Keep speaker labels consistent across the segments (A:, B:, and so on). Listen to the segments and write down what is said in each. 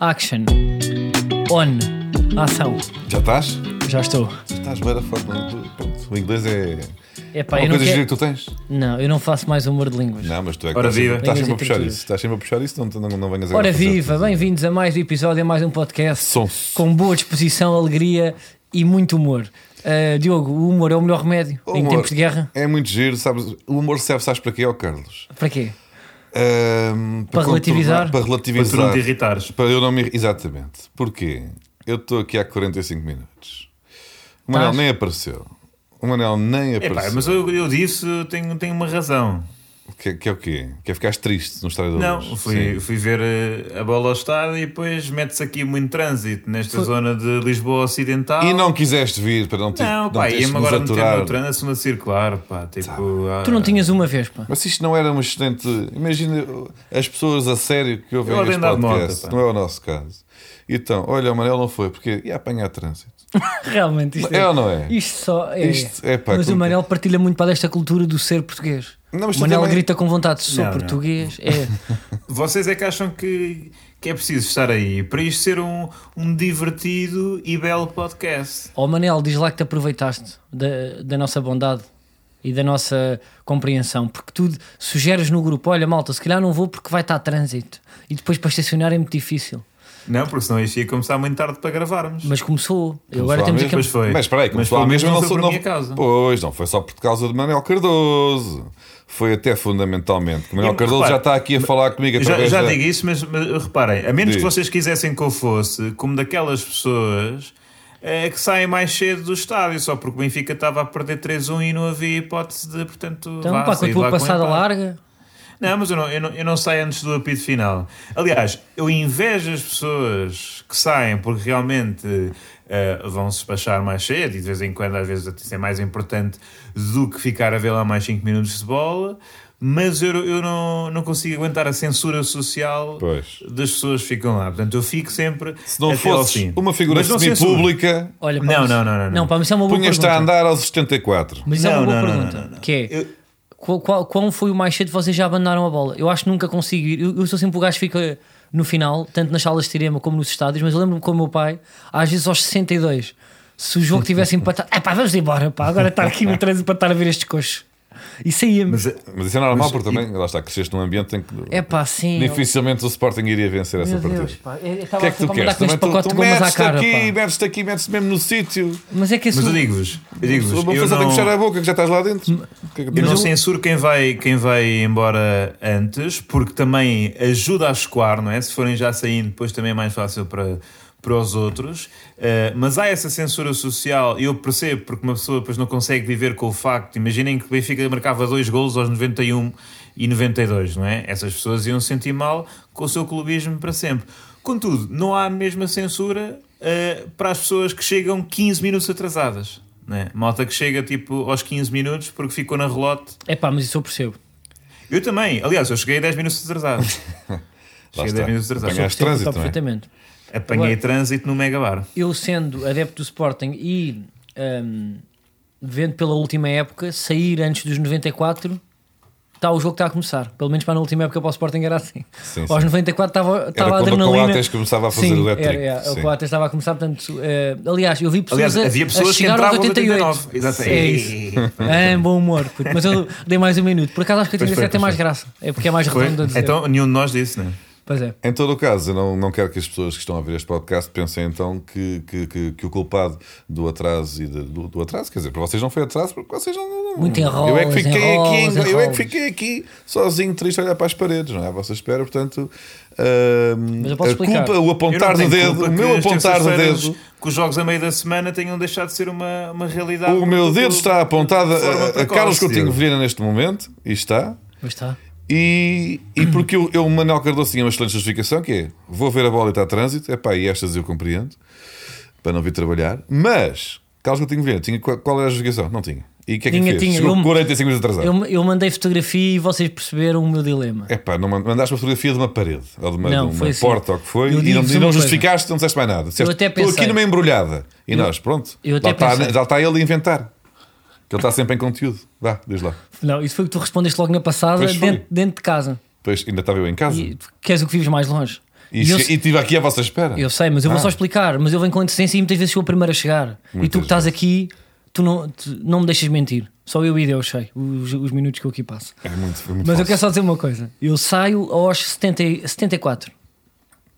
A: Action. On. Ação.
B: Já estás?
A: Já estou.
B: Já estás bem da forma. do- pronto, O inglês é.
A: Epá,
B: é
A: eu
B: uma
A: não,
B: coisa gira
A: quero...
B: que tu tens.
A: não, eu não faço mais humor de línguas.
B: Não, mas tu é que
C: Ora
B: estás sempre, estás
C: viva.
B: sempre a
A: Línguas e
B: puxar
A: cultura.
B: isso. Estás sempre a puxar isso, então não, não, não venhas agora.
A: Ora
B: fazer-
A: viva, bem-vindos a mais um episódio, a mais um podcast
B: Sons.
A: com boa disposição, alegria e muito humor. Ah, Diogo, o humor é o melhor remédio
B: O
A: em
B: humor
A: tempos de guerra.
B: É muito giro, sabes? O humor serve, sabes para quê, ó Carlos?
A: Para quê?
B: Ahm,
A: Para
B: controlar-
A: relativizar?
B: Para
C: Para tu não
B: relativizar.
C: te irritares.
B: Para eu não me. Exatamente. Porquê? Eu estou aqui há 45 minutos. O
A: Estás?
B: Manel nem apareceu. O Manel nem
C: Epá,
B: apareceu.
C: mas eu, eu disse, tenho, tenho uma razão.
B: Que, que é o quê? Quer ficar triste no estádio da Luz?
C: Não, fui, fui ver eh, a bola ao estádio e depois mete-se aqui muito trânsito nesta zona de Lisboa Ocidental.
B: E não quiseste vir para não ter.
C: um- Não, pá,
B: teres que
C: ia-me
B: nos
C: agora meter
B: aturar. Tá.
C: no trânsito a circular, pá, tipo... ah,
A: Tu não tinhas uma vez, pá.
B: Mas isto não era um excelente. Imagina as pessoas a sério que ouvem
C: Eu
B: este
C: andava de moto,
B: podcast.
C: pá.
B: não é o nosso caso. Então, olha, o Manel não foi porque ia apanhar trânsito.
A: Realmente, isto
B: É ou não é?
A: Isto só é.
B: Isto é pá,
A: mas o
B: como-
A: Manel partilha muito para desta cultura do ser português.
B: Não, mas
A: o
B: tu
A: Manel
B: também-
A: grita com vontade, sou
C: Não, não.
A: português. É.
C: Vocês é que acham que, que é preciso estar aí para isto ser um, um divertido e belo podcast.
A: Ó Manel, diz lá que te aproveitaste da, da nossa bondade e da nossa compreensão, porque tu sugeres no grupo: olha, malta, se calhar não vou porque vai estar trânsito e depois para estacionar é muito difícil.
C: Não, porque senão isto ia começar muito tarde para gravarmos.
A: Mas começou, E
B: Começou
A: agora
B: à
A: temos
B: mesma,
A: aqui.
C: Mas foi.
B: Mas espera aí,
C: um- Mas
B: começou
C: pelo
B: à
C: menos
B: mesma não
C: não foi
B: sou-
C: por
B: não-
C: minha causa.
B: Pois, não foi só por causa de Manuel Cardoso. Foi até fundamentalmente. que Manuel
C: E,
B: Cardoso
C: repare,
B: já está aqui a falar comigo
C: Já,
B: através
C: já
B: da-
C: digo isso, mas, mas reparem, a menos
B: Diz.
C: que vocês quisessem que eu fosse como daquelas pessoas eh, que saem mais cedo do estádio, só porque o Benfica estava a perder 3-1 e não havia hipótese de, portanto,
A: Então,
C: vá,
A: pá, com a
C: sair
A: tua
C: lá com
A: passada
C: empate.
A: larga,
C: Não, mas eu não, eu, não, eu não saio antes do apito final. Aliás, eu invejo as pessoas que saem porque realmente eh, vão se despachar mais cedo e de vez em quando, às vezes, isso é mais importante do que ficar a ver lá mais 5 minutos de bola. Mas eu, eu não, não consigo aguentar a censura social
B: Pois.
C: das pessoas que ficam lá. Portanto, eu fico sempre.
B: Se não
C: até ao
B: fosses
C: fim.
B: uma figura
C: Mas não censuro.
B: semi-pública,
A: olha, pá,
C: Não,
A: mas-
C: não, não, não, não.
A: Não, pá, mas isso é uma boa
B: punhas-te a
A: pergunta.
B: andar aos 74.
A: Mas é uma
C: Não,
A: boa
C: não, não,
A: pergunta.
C: não, não, não.
A: Que é. Qual, qual- quão foi o mais cedo que vocês já abandonaram a bola? Eu acho que nunca consigo ir. Eu, eu sou sempre o gajo que fica no final, tanto nas salas de cinema como nos estádios, mas eu lembro-me com o meu pai, às vezes aos 62, se o jogo tivesse empatado, é pá, vamos embora, pá, agora está aqui no trânsito para estar a ver estes coxos. E saíamos.
C: Mas, eh,
B: Mas isso é normal, porque também, lá está, cresceste num ambiente em que
A: É pá, sim.
B: dificilmente o Sporting iria vencer essa
A: Meu
B: partida.
A: Deus, pá, eu
B: O
A: estava
B: que é que tu
A: sempre a
B: queres?
A: mandar com
B: Também
A: este
B: tu,
A: pacote
B: tu
A: de gomas à
B: metes-te
A: cara,
B: aqui,
A: pá.
B: metes-te aqui, metes-te mesmo no sítio.
A: Mas é que esse.
C: mas eu digo-vos, eu digo-vos,
B: Uma
C: eu
B: pessoa tem que fechar
C: não-
B: a boca que já estás lá dentro. O que é que
C: Eu
B: tu-
C: não censuro quem vai, quem vai embora antes, porque também ajuda a escoar, não é? Se forem já saindo, depois também é mais fácil para, para os outros. Eh, mas há essa censura social, e eu percebo, porque uma pessoa depois não consegue viver com o facto. Imaginem que o Benfica marcava dois golos aos 91 e 92, não é? Essas pessoas iam se sentir mal com o seu clubismo para sempre. Contudo, não há a mesma censura eh, para as pessoas que chegam 15 minutos atrasadas. Né? Malta que chega tipo aos 15 minutos porque ficou na relote.
A: É pá, mas isso eu percebo.
C: Eu também, aliás, eu cheguei 10 minutos atrasado.
B: Lá está.
C: cheguei 10 minutos atrasado.
B: Apanhaste.
A: Percebo
B: Mas trânsito, não é?
A: perfeitamente.
C: Apanhei
A: Agora-
C: trânsito no Megabar.
A: eu sendo adepto do Sporting e hum, vendo pela última época, sair antes dos 94, está tá, o jogo que está a começar. Pelo menos para na última época para o Sporting era assim.
B: Sim,
A: Aos
B: sim.
A: 94 estava, estava a
B: quando o
A: adrenalina.
B: Coates começava a fazer
A: sim,
B: elétrico,
A: Era, era,
B: sim.
A: O Coates estava a começar, portanto, eh, aliás, eu vi pessoas
C: Aliás,
A: a,
C: havia pessoas
A: a
C: que
A: chegar aos
C: entravam aos
A: 88.
C: 89. Exato.
A: É isso. Ah, bom humor, puto. mas eu dei mais um minuto. Por acaso acho que a
C: Pois foi,
A: 87 tem
C: pois
A: mais
C: foi.
A: graça. É porque é mais
C: Foi?
A: redondo a dizer.
C: Então nenhum de nós disse, né?
A: Pois é.
B: Em todo o caso, eu não, não quero que as pessoas que estão a ver este podcast pensem então que, que, que, que o culpado do atraso e de- do, do atraso, quer dizer, para vocês não foi atraso porque vocês não. não-
A: Muito
B: eu é que
A: enrolos,
B: fiquei
A: enrolos,
B: aqui, eu é que
A: enrolos.
B: fiquei aqui sozinho, triste, a olhar para as paredes, não é? À vossa espera, portanto, ahm,
A: Mas eu posso
B: a
A: explicar.
B: culpa, o
C: Eu não
B: apontar do
C: tenho
B: dedo,
C: culpa
B: o
C: que
B: meu
C: as
B: apontar do
C: terças-feiras
B: dedo.
C: Que os jogos a meio da semana tenham deixado de ser uma, uma realidade.
B: O meu dedo está apontado
C: de forma
B: a, a
C: precoce,
B: Carlos Coutinho
C: Diogo.
B: Vieira neste momento, e está.
A: Mas tá. está.
B: E, e porque eu, eu, Manuel Cardoso, tinha uma excelente justificação, que é, vou ver a bola e está a trânsito, epá, e estas eu compreendo, para não vir trabalhar, mas, Carlos Coutinho Vieira, tinha, qual, qual era a justificação? Não tinha. E o que é que
A: Tinha,
B: fez?
A: tinha.
B: Chegou
A: Eu-
B: 45 minutos atrasado.
A: Eu, eu mandei fotografia e vocês perceberam o meu dilema.
B: Epá, não mand- mandaste uma fotografia de uma parede, ou de uma,
A: Não,
B: de uma
A: foi assim.
B: porta, ou o que foi,
A: Eu
B: e não,
A: digo-vos
B: e não
A: uma coisa.
B: justificaste, não disseste mais nada. Disseste,
A: até
B: estou aqui
A: pensei.
B: numa embrulhada. E nós, pronto,
A: eu até
B: já, está,
A: pensei.
B: já está ele a inventar. Que ele está sempre em conteúdo. Vá, diz lá.
A: Não, isso foi o que tu respondeste logo na passada,
B: Pois foi.
A: dentro, dentro de casa.
B: Pois ainda estava eu em casa.
A: E queres o que vives mais longe?
B: E,
A: E eu
B: che-
A: se-
B: e estive aqui à vossa espera.
A: Eu sei, mas eu vou
B: é Ah.
A: só explicar. Mas eu venho com antecedência e muitas vezes sou o primeiro a chegar. e tu
B: Muitas
A: que estás aqui, tu não, tu não me deixas mentir. Só eu e Deus sei os, os minutos que eu aqui passo.
B: É muito, foi muito
A: Mas eu
B: falso.
A: quero só dizer uma coisa. Eu saio aos 70, e- 74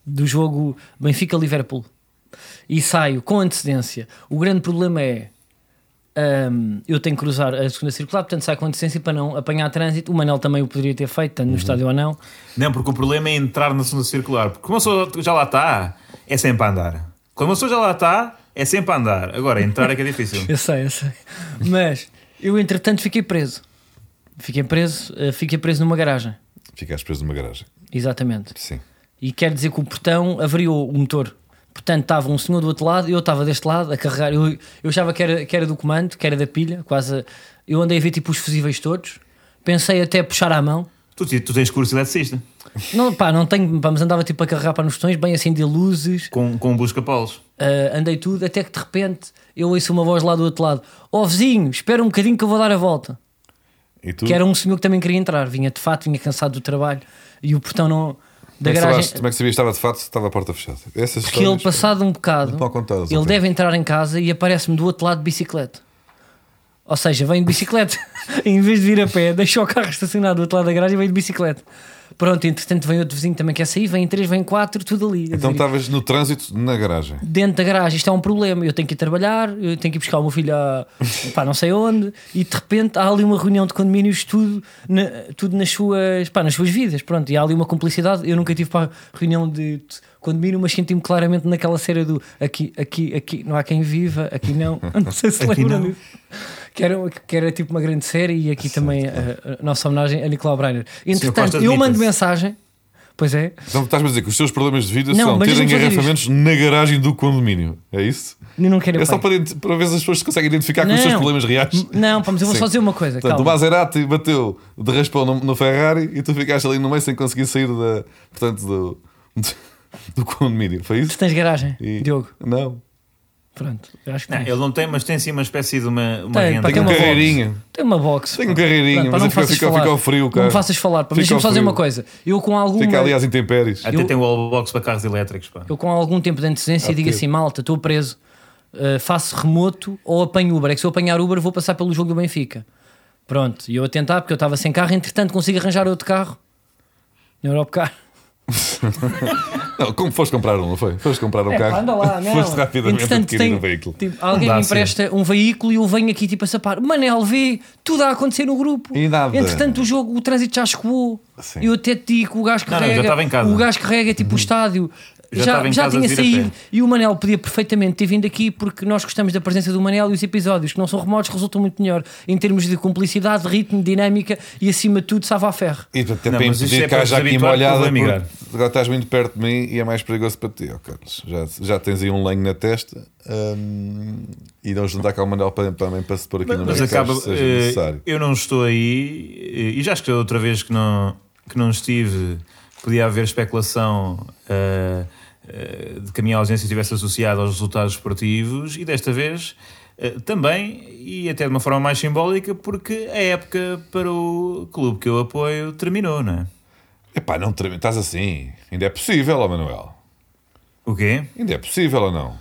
A: do jogo Benfica-Liverpool e saio com antecedência. O grande problema é hum, eu tenho que cruzar a segunda circular, portanto saio com antecedência para não apanhar trânsito. O Manel também o poderia ter feito, tanto no estádio ou não.
C: Não, porque o problema é entrar na segunda circular. Porque como a pessoa já lá está, é sempre a andar. Quando a pessoa já lá está, é sempre a andar. Agora, entrar é que é difícil.
A: Eu sei, eu sei. Mas eu entretanto fiquei preso. Fiquei preso, eh, fiquei preso numa garagem.
B: Ficaste preso numa garagem.
A: Exatamente.
B: Sim.
A: E quer dizer que o portão avariou o motor. Portanto, estava um senhor do outro lado, eu estava deste lado a carregar. Eu, eu achava que era, que era do comando, que era da pilha, quase. a- Eu andei a ver tipo os fusíveis todos. Pensei até puxar à mão.
C: Tu, ti- tu tens curso eletricista,
A: Não, pá, não tenho. Pá, mas andava tipo a carregar para nos botões, bem acender luzes,
C: com, com busca-polos.
A: ah, andei tudo, até que de repente eu ouço uma voz lá do outro lado: Ó vizinho, espera um bocadinho que eu vou dar a volta.
B: E tu?
A: Que era um senhor que também queria entrar. Vinha de fato, vinha cansado do trabalho e o portão não. Da
B: Como é que
A: garagem.
B: sabias- Como é que sabias que estava de fato se estava a porta fechada? Essas
A: Porque ele,
B: histórias-
A: passado um bocado,
B: Não estão contadas,
A: ele
B: ok.
A: deve entrar em casa e aparece-me do outro lado de bicicleta. Ou seja, vem de bicicleta. em vez de vir a pé, deixou o carro estacionado do outro lado da garagem e veio de bicicleta. Pronto, entretanto vem outro vizinho que também quer sair, vem três, vem quatro, tudo ali.
B: Então
A: Eu diria,
B: estavas no trânsito na garagem.
A: Dentro da garagem, isto é um problema. Eu tenho que ir trabalhar, eu tenho que ir buscar o meu filho a pá, não sei onde, e de repente há ali uma reunião de condomínios, tudo, na- tudo nas, suas, pá, nas suas vidas. Pronto, e há ali uma cumplicidade. Eu nunca tive para reunião de de condomínio, mas senti-me claramente naquela cena do aqui, aqui, aqui, não há quem viva, aqui não. Não sei se
C: Aqui
A: lembram
C: não.
A: disso. Que era, que era tipo uma grande série, e aqui também a, a nossa homenagem a Nicolau Breiner. Entretanto,
C: Costa
A: eu mando
C: admite-se.
A: mensagem, pois é.
B: Então estás-me a dizer que os teus problemas de vida
A: Não,
B: são
A: mas
B: terem
A: deixa-me só dizer
B: engarrafamentos na garagem do condomínio. É isso?
A: Eu não quero
B: É só
A: pai.
B: para, ident- para ver se as pessoas se conseguem identificar Tá com os seus problemas reais.
A: M- Não, pá, mas eu vou
B: Sim.
A: só dizer uma coisa.
B: Portanto, o
A: calma.
B: Maserati bateu de raspão no, no Ferrari e tu ficaste ali no meio sem conseguir sair da, portanto, do, do condomínio. Foi
A: Tu
B: isso?
A: tens garagem,
B: E-
A: Diogo.
B: Não.
A: Pronto, eu acho que
C: Não,
A: tens.
C: É, ele não tem, mas tem sim uma espécie de uma, uma
A: Tem,
C: renda.
A: pá,
B: Tem um
A: uma box.
B: carreirinho.
A: Tem uma box.
B: Tem
A: pá.
B: um carreirinho,
A: Pronto, pá,
B: mas
A: não
B: é
A: me
B: que
A: faças
B: fica,
A: falar.
B: fica ao frio, cara.
A: Não me faças falar, pá, mas deixa-me
B: Fica ao
A: só dizer
B: frio.
A: uma coisa. Eu com alguma.
B: Fica ali às intempéries.
C: Até
A: Eu-
C: tem o wallbox para carros elétricos, pá.
A: Eu com algum tempo de
B: Ah,
A: antecedência digo assim: malta, estou preso, uh, faço remoto ou apanho Uber. É que se eu apanhar Uber, vou passar pelo jogo do Benfica. Pronto, e eu a tentar, porque eu estava sem carro, entretanto consigo arranjar outro carro na Europcar.
B: Não, como foste comprar um, não foi? Foste comprar um
A: É,
B: carro. Foste rapidamente adquirir um veículo.
A: tipo, alguém
C: Dá
A: me
C: assim.
A: empresta um veículo e eu venho aqui tipo a sapar. Manel, vê tudo a acontecer no grupo.
B: E nada.
A: Entretanto, o jogo, o trânsito já escoou.
B: Sim.
A: Eu até te digo que o gajo
C: não,
A: carrega.
C: já estava em casa. Uhum.
A: O gajo carrega tipo o estádio.
C: Já estava em casa
A: tinha
C: de vir a
A: saído
C: pé.
A: e o Manel podia perfeitamente ter vindo aqui porque nós gostamos da presença do Manel e os episódios que não são remotos resultam muito melhor em termos de cumplicidade, ritmo, dinâmica e acima de tudo salva a ferro.
B: E até
C: Não,
B: para
C: mas isto
B: impedir
C: é
B: que
C: para
B: haja aqui
C: desabituar
B: molhada,
C: tudo, amigo.
B: porque agora estás muito perto de mim e é mais perigoso para ti, ó Carlos. Já, já tens aí um lenho na testa hum, e não juntar cá o Manuel para, também para se pôr aqui no
C: Mas
B: meio,
C: acaba.
B: caso seja
C: eh,
B: necessário.
C: eu não estou aí eh, e já acho que outra vez que não, que não estive, podia haver especulação eh, eh, de que a minha ausência estivesse associada aos resultados esportivos e desta vez eh, também e até de uma forma mais simbólica porque a época para o clube que eu apoio terminou, não é?
B: Epá, não treme- estás assim. Ainda é possível, ó Manuel.
C: O quê?
B: Ainda é possível ou não?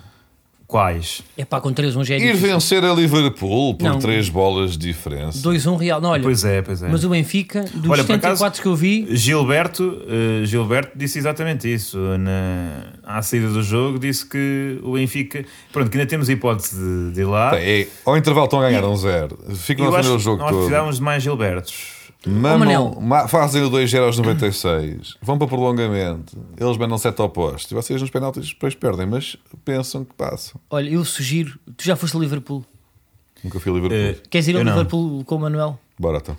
C: Quais?
A: É pá, com 3-1 já é
B: Ir
A: difícil.
B: vencer a Liverpool por
A: Não.
B: três bolas de diferença.
A: 2-1 real. Não, olha,
C: Pois é, pois é.
A: mas o Benfica, dos
C: Olha, por
A: 74
C: acaso-
A: que eu vi,
C: Gilberto, eh, Gilberto disse exatamente isso na, à saída do jogo. Disse que o Benfica, pronto, que ainda temos hipótese de, de ir lá.
B: Tá, é- ao intervalo estão a ganhar um zero. Ficam a
C: eu acho
B: fazer o
C: que
B: jogo
C: nós
B: todo.
C: precisávamos de mais Gilbertos.
A: Ó,
B: Mamam,
A: Manel.
B: ma- fazem o 2 0 aos 96, vão para prolongamento, eles mandam 7 ao posto e vocês nos penaltis depois perdem, mas pensam que passam.
A: Olha, eu sugiro. Tu já foste a Liverpool.
B: Nunca fui a Liverpool.
C: Eh,
A: Queres ir a
C: Eu não.
A: Liverpool com o Manuel?
B: Bora então.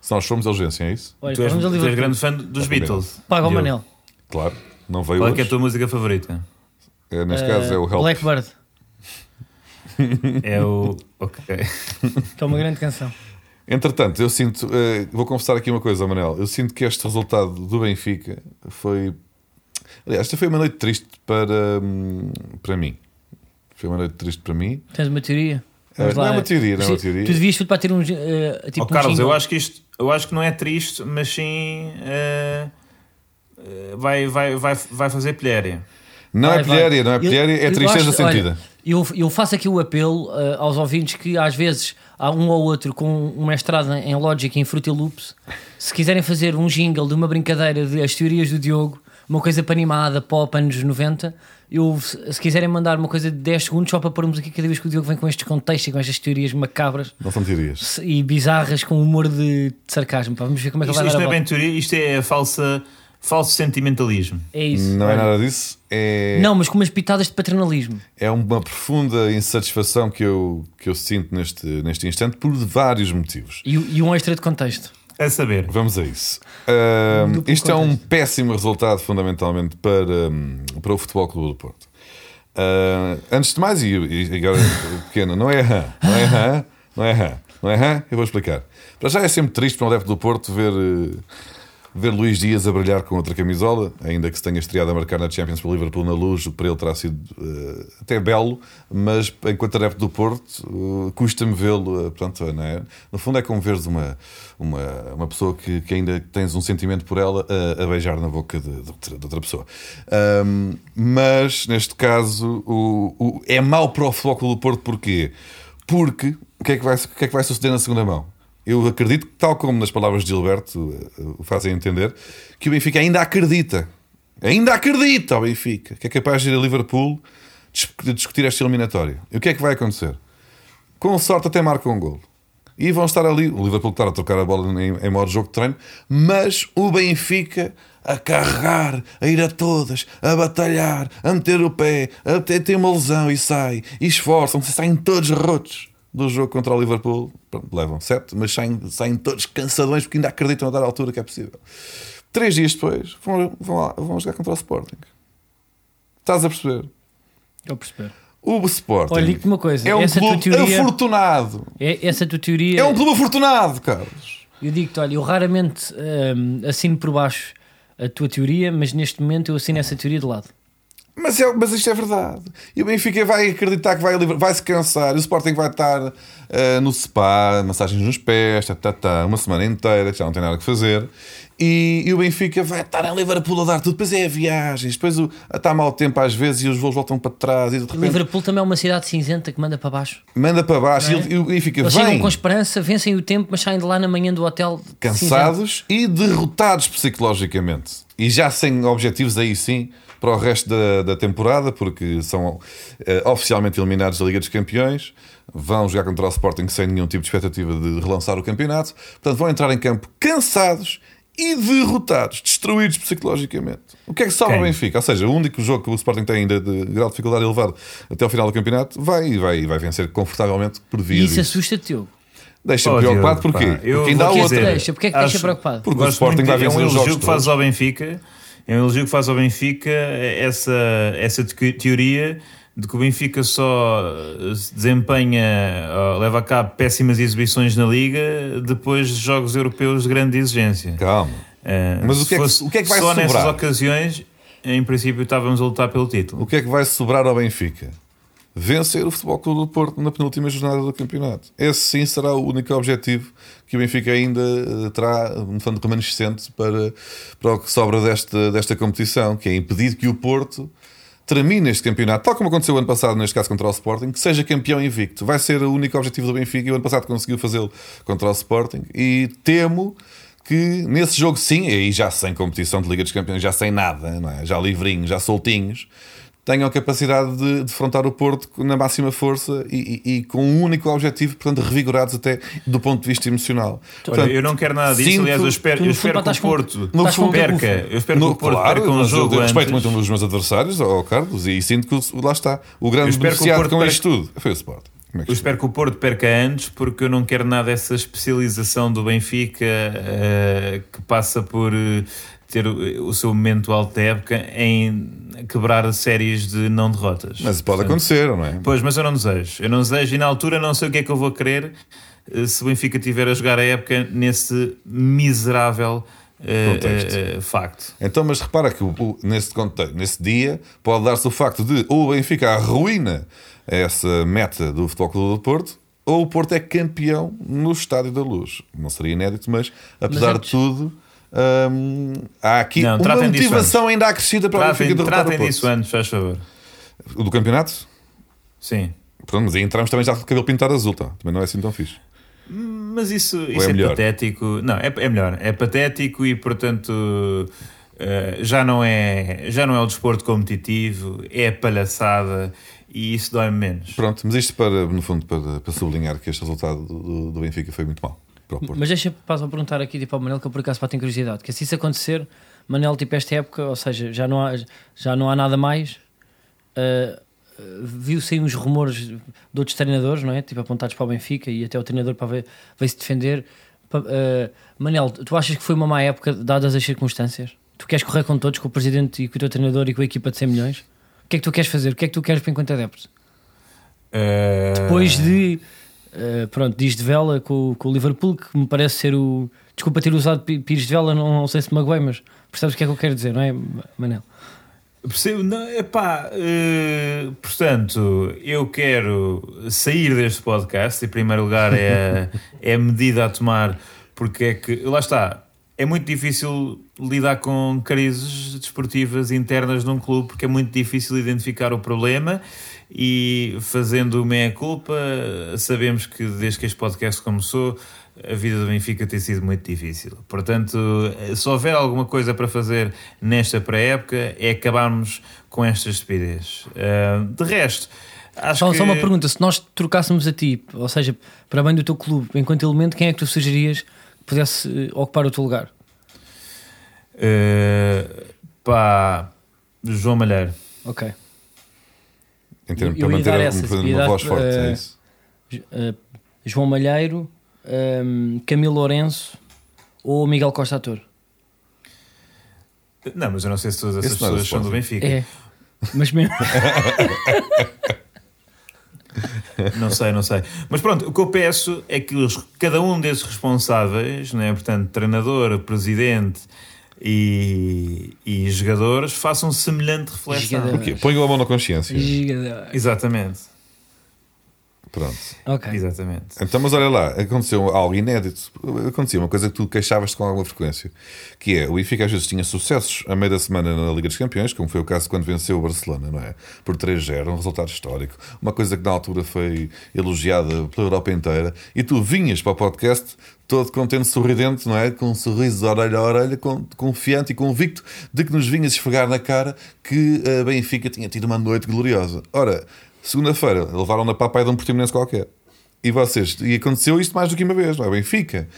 B: Se nós formos a urgência, é isso?
A: Olha,
C: tu, és,
A: vamos a
C: tu és
A: Liverpool.
C: grande fã
B: Tá
C: dos Beatles.
A: Paga o
C: Diogo.
A: Manel.
B: Claro, não veio
C: Qual é,
B: hoje.
C: que é a tua música favorita?
B: É, neste caso é o Help.
A: Eh, Blackbird,
C: É o. Ok.
A: que é uma grande canção.
B: Entretanto, eu sinto, eh, vou confessar aqui uma coisa, Manel. Eu sinto que este resultado do Benfica foi. Aliás, esta foi uma noite triste para, hum, para mim. Foi uma noite triste para mim.
A: Tens uma teoria?
B: Eh, não é uma teoria, não é uma teoria. Oh,
A: Tu devias tudo para ter um. eh, tipo
C: Ó,
A: um
C: Oh, Carlos,
A: jingle.
C: eu acho que isto eu acho que não é triste, mas sim eh, eh, vai, vai, vai, vai fazer pilhéria.
B: Não
A: Vai,
B: é
A: vai.
B: pilhéria, não é
A: Eu-
B: pilhéria, é
A: eu
B: tristeza
A: acho- olha,
B: sentida.
A: eu, eu faço aqui o apelo eh, aos ouvintes que às vezes há um ou outro com um mestrado em Logic em Fruity Loops. Se quiserem fazer um jingle de uma brincadeira de as teorias do Diogo, uma coisa para animada, pop, anos 90, eu, se se quiserem mandar uma coisa de 10 segundos só para pormos aqui cada vez que o Diogo vem com estes contextos e com estas teorias macabras
B: Não são teorias.
A: se- e bizarras com humor de, de sarcasmo. pá, Vamos ver como é que
C: Isto,
A: ele
C: isto
A: vai
C: não
A: dar
C: é
A: a
C: bem
A: volta.
C: teoria, isto é falsa, falso sentimentalismo.
A: É isso.
B: Não é
A: olha.
B: nada disso. É,
A: Não, mas com umas pitadas de paternalismo.
B: é uma profunda insatisfação que eu, que eu sinto neste, neste instante por vários motivos.
A: E, e um extra de contexto.
C: A saber,
B: Vamos a isso. Ahm,
A: Duplo
B: isto é um
A: contexto.
B: péssimo resultado, fundamentalmente, para, hum, para o Futebol Clube do Porto. Ah, antes de mais, e, e agora pequeno, não é rã, não é rã, não é rã, não é rã, eu vou explicar. Para já é sempre triste para um adepto do Porto ver, eh, ver Luís Dias a brilhar com outra camisola, ainda que se tenha estreado a marcar na Champions para o Liverpool na luz, para ele terá sido eh, até belo, mas enquanto adepto do Porto, eh, custa-me vê-lo. eh, portanto, não é? No fundo, é como veres uma, uma, uma pessoa que, que ainda tens um sentimento por ela a, a beijar na boca de, de outra, de outra pessoa. Ahm, mas, neste caso, o, o- é mau para o Flóculo do Porto, porquê? Porque o que, é que vai, o que é que vai suceder na segunda mão? Eu acredito, que, tal como nas palavras de Gilberto eh, o fazem entender, que o Benfica ainda acredita. Ainda acredita o Benfica que é capaz de ir a Liverpool dis- discutir esta eliminatória. E o que é que vai acontecer? com sorte até marcam um golo. E vão estar ali, o Liverpool está a trocar a bola em, em modo jogo de treino, mas o Benfica a carregar, a ir a todas, a batalhar, a meter o pé, a ter, ter uma lesão e sai, e esforçam-se, saem todos rotos do jogo contra o Liverpool. Pronto, levam sete, mas saem, saem todos cansadões porque ainda acreditam a dar a altura que é possível. Três dias depois vão, vão, lá- vão jogar contra o Sporting. Estás a perceber?
A: Eu percebo.
B: O Sporting
A: Olha, digo-te uma coisa,
B: é um
A: essa tua
B: clube
A: teoria-
B: afortunado.
A: É, essa tua teoria.
B: É um clube afortunado, Carlos.
A: Eu digo-te, olha, eu raramente hum, assino por baixo a tua teoria, mas neste momento eu assino essa teoria de lado.
B: Mas, é, mas isto é verdade. E o Benfica vai acreditar que vai, livrar- vai se cansar. E o Sporting vai estar ah, no spa, massagens nos pés, tá, tá, tá, uma semana inteira, que já não tem nada que fazer. E, e o Benfica vai estar em Liverpool a dar tudo. Depois é viagens, depois o- está mau tempo às vezes e os voos voltam para trás. E de repente
A: Liverpool também é uma cidade cinzenta que manda para baixo.
B: manda para baixo
A: Não é?
B: e, o- e o Benfica
A: Eles
B: vem.
A: chegam com esperança, vencem o tempo, mas saem de lá na manhã do hotel cinzento.
B: cansados e derrotados psicologicamente. E já sem objetivos aí sim para o resto da, da temporada, porque são eh, oficialmente eliminados da Liga dos Campeões, vão jogar contra o Sporting sem nenhum tipo de expectativa de relançar o campeonato, portanto vão entrar em campo cansados e derrotados, destruídos psicologicamente. O que é que salva o
C: Quem?
B: Benfica? Ou seja, o único jogo que o Sporting tem ainda de grau de dificuldade elevado até ao final do campeonato, vai, vai, vai vencer confortavelmente por
A: E
B: via
A: isso
B: disso.
A: assusta-te, Diogo.
B: Deixa-me
C: Oh, é Diogo,
B: preocupado,
C: pá,
B: porquê?
C: eu
B: Porque ainda há
C: vou
A: Porquê
B: outra.
A: te deixa? Porquê é que te deixa
C: Acho-
A: preocupado?
B: Porque o
C: Gosto
B: Sporting
C: muito-
B: vai
C: é
B: vencer
C: um
B: os
C: elogio
B: jogos
C: que fazes
B: todos.
C: ao Benfica. É um elogio que fazes ao Benfica essa, essa te- teoria de que o Benfica só eh, se desempenha, ou leva a cabo péssimas exibições na Liga depois de jogos europeus de grande exigência.
B: Calma.
C: Eh,
B: Mas
C: se
B: o que é que-
C: fosse
B: o que é que vai
C: Só nessas
B: sobrar?
C: ocasiões, em princípio, estávamos a lutar pelo título.
B: O que é que vai sobrar ao Benfica? Vencer o Futebol Clube do Porto na penúltima jornada do campeonato. Esse sim será o único objetivo que o Benfica ainda eh, terá, no fundo, remanescente para, para o que sobra desta, desta competição, que é impedir que o Porto termine este campeonato, tal como aconteceu ano passado, neste caso contra o Sporting, que seja campeão invicto. Vai ser o único objetivo do Benfica e o ano passado conseguiu fazê-lo contra o Sporting. E temo que nesse jogo, sim, e aí já sem competição de Liga dos Campeões, já sem nada, não é? já livrinhos, já soltinhos, tenham a capacidade de defrontar o Porto na máxima força e, e- e com um único objetivo, portanto, revigorados até do ponto de vista emocional.
C: Olha, Então, eu não quero nada disso,
B: sinto-
C: aliás, eu espero,
A: tu no
C: eu
A: fundo
C: espero que
A: estás
C: o
A: com-
C: Porto
A: estás com um
C: perca.
A: cabufa.
C: Eu espero que o Porto perca um
B: mas eu
C: jogo
B: eu
C: antes.
B: respeito muito um dos meus adversários, ao Carlos, e sinto que o- lá está. O
C: Eu
B: grande
C: espero que o
B: beneficiado
C: Porto
B: com
C: perca-
B: isto tudo foi o Sport. Como é que
C: Eu
B: se
C: espero que o Porto perca antes, porque eu não quero nada dessa especialização do Benfica eh, que passa por eh, ter o o seu momento alto da época em quebrar séries de não derrotas.
B: Mas pode acontecer, não é?
C: Pois, mas eu não desejo. Eu não desejo e na altura não sei o que é que eu vou querer eh, se o Benfica tiver a jogar a época nesse miserável eh,
B: Contexto.
C: eh, facto.
B: Então, mas repara que o- o- nesse, conte- nesse dia pode dar-se o facto de ou o Benfica arruína essa meta do Futebol Clube do Porto, ou o Porto é campeão no Estádio da Luz. Não seria inédito, mas apesar
A: antes-
B: de tudo, Hum, há aqui
C: Não,
B: uma
C: tratem disso
B: motivação ainda acrescida para o
C: Tratem,
B: Benfica derrotar o
C: tratem
B: Porto.
C: disso antes, faz favor.
B: O do campeonato?
C: Sim.
B: Pronto, mas aí entramos também já com o cabelo pintado azul, tá? também não é assim tão fixe.
C: Mas isso,
B: Ou é
C: isso é,
B: melhor?
C: patético. Não, é, é melhor. É patético e, portanto, eh, já, não é, já não é o desporto competitivo, é palhaçada e isso dói menos.
B: Pronto, mas isto para, no fundo, para, para sublinhar que este resultado do, do Benfica foi muito mal para o Porto.
A: Mas deixa para só perguntar aqui tipo, ao Manel, que eu por acaso pá, tenho curiosidade. Que se isso acontecer, Manel, tipo, esta época, ou seja, já não há, já não há nada mais. ah, ah, Viu-se aí uns rumores de outros treinadores, não é? Tipo, apontados para o Benfica e até o treinador para ver- veio-se defender. Pa- ah, Manel, tu achas que foi uma má época, dadas as circunstâncias? Tu queres correr com todos, com o presidente e com o teu treinador e com a equipa de 100 milhões? O que é que tu queres fazer? O que é que tu queres para enquanto adepto?
C: Eh,
A: Depois de. eh, pronto, diz de vela com, com o Liverpool, que me parece ser o. Desculpa ter usado pi- Pires de vela, não, não sei se me magoei, mas percebes o que é que eu quero dizer, não é, Manel?
C: Percebo, não, epá, eh, portanto, eu quero sair deste podcast. Em primeiro lugar, é, é a medida a tomar, porque é que, lá está, é muito difícil lidar com crises desportivas internas num clube, porque é muito difícil identificar o problema. E fazendo o meia-culpa, sabemos que desde que este podcast começou, a vida do Benfica tem sido muito difícil. Portanto, eh, se houver alguma coisa para fazer nesta pré-época, é acabarmos com esta estupidez. Ah, de resto, acho
A: Só,
C: que.
A: só uma pergunta: se nós trocássemos a ti, ou seja, para bem do teu clube, enquanto elemento, quem é que tu sugerias que pudesse eh, ocupar o teu lugar?
C: Eh, pá, João Malheiro.
A: Ok.
B: Em termos,
A: eu ia
B: para manter
A: dar
B: uma,
A: essa,
B: fazer
A: ia
B: uma
A: dar,
B: voz forte, é
A: eh,
B: isso.
A: Jo- eh, João Malheiro, ehm, Camilo Lourenço ou Miguel Costa Ator?
C: Não, mas eu não sei se todas essas
B: Esse não é
C: pessoas
B: do
C: são do Benfica.
A: É. Mas mesmo. assim,
C: Não sei, não sei. Mas pronto, o que eu peço é que os- cada um desses responsáveis, né, portanto, treinador, presidente e, e jogadores, façam semelhante reflexão.
A: Jogador.
B: Porquê? Ponho a mão na consciência.
A: Giga-
C: Exatamente,
B: Pronto.
A: ok.
C: exatamente.
B: Então, mas olha lá, aconteceu algo inédito. Acontecia uma coisa que tu queixavas-te com alguma frequência, que é o Benfica às vezes tinha sucessos a meio da semana na Liga dos Campeões, como foi o caso quando venceu o Barcelona, não é? Por 3-0, um resultado histórico, uma coisa que na altura foi elogiada pela Europa inteira, e tu vinhas para o podcast todo contente, sorridente, não é? Com um sorriso de orelha a orelha, con- confiante e convicto de que nos vinhas esfregar na cara que a Benfica tinha tido uma noite gloriosa. Ora, segunda-feira levaram-na para a paia de um portimonense qualquer. E vocês, e aconteceu isto mais do que uma vez, não é? Benfica.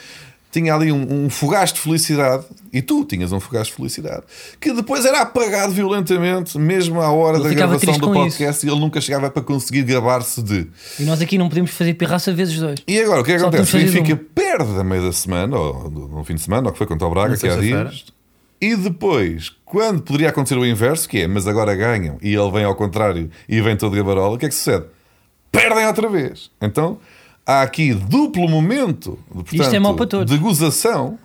B: Tinha ali um, um fogaz de felicidade, e tu tinhas um fogaz de felicidade, que depois era apagado violentamente, mesmo à hora
A: Ele
B: da
A: ficava
B: gravação
A: triste
B: do
A: com
B: podcast, e ele nunca chegava para conseguir gabar-se de.
A: E nós aqui não podemos fazer pirraça vezes dois.
B: E agora, o que é que
A: Só um-
B: acontece? O
A: temos fazido
B: Benfica perde a meio da semana, ou no no fim de semana, ou que foi contra o Braga,
C: Na
B: que há
C: sexta-feira.
B: dias. E depois, quando poderia acontecer o inverso, que é, mas agora ganham, e ele vem ao contrário, e vem todo gabarola, o que é que sucede? Perdem outra vez. Então, há aqui duplo momento de, portanto,
A: Isto é mau para todos.
B: de gozação,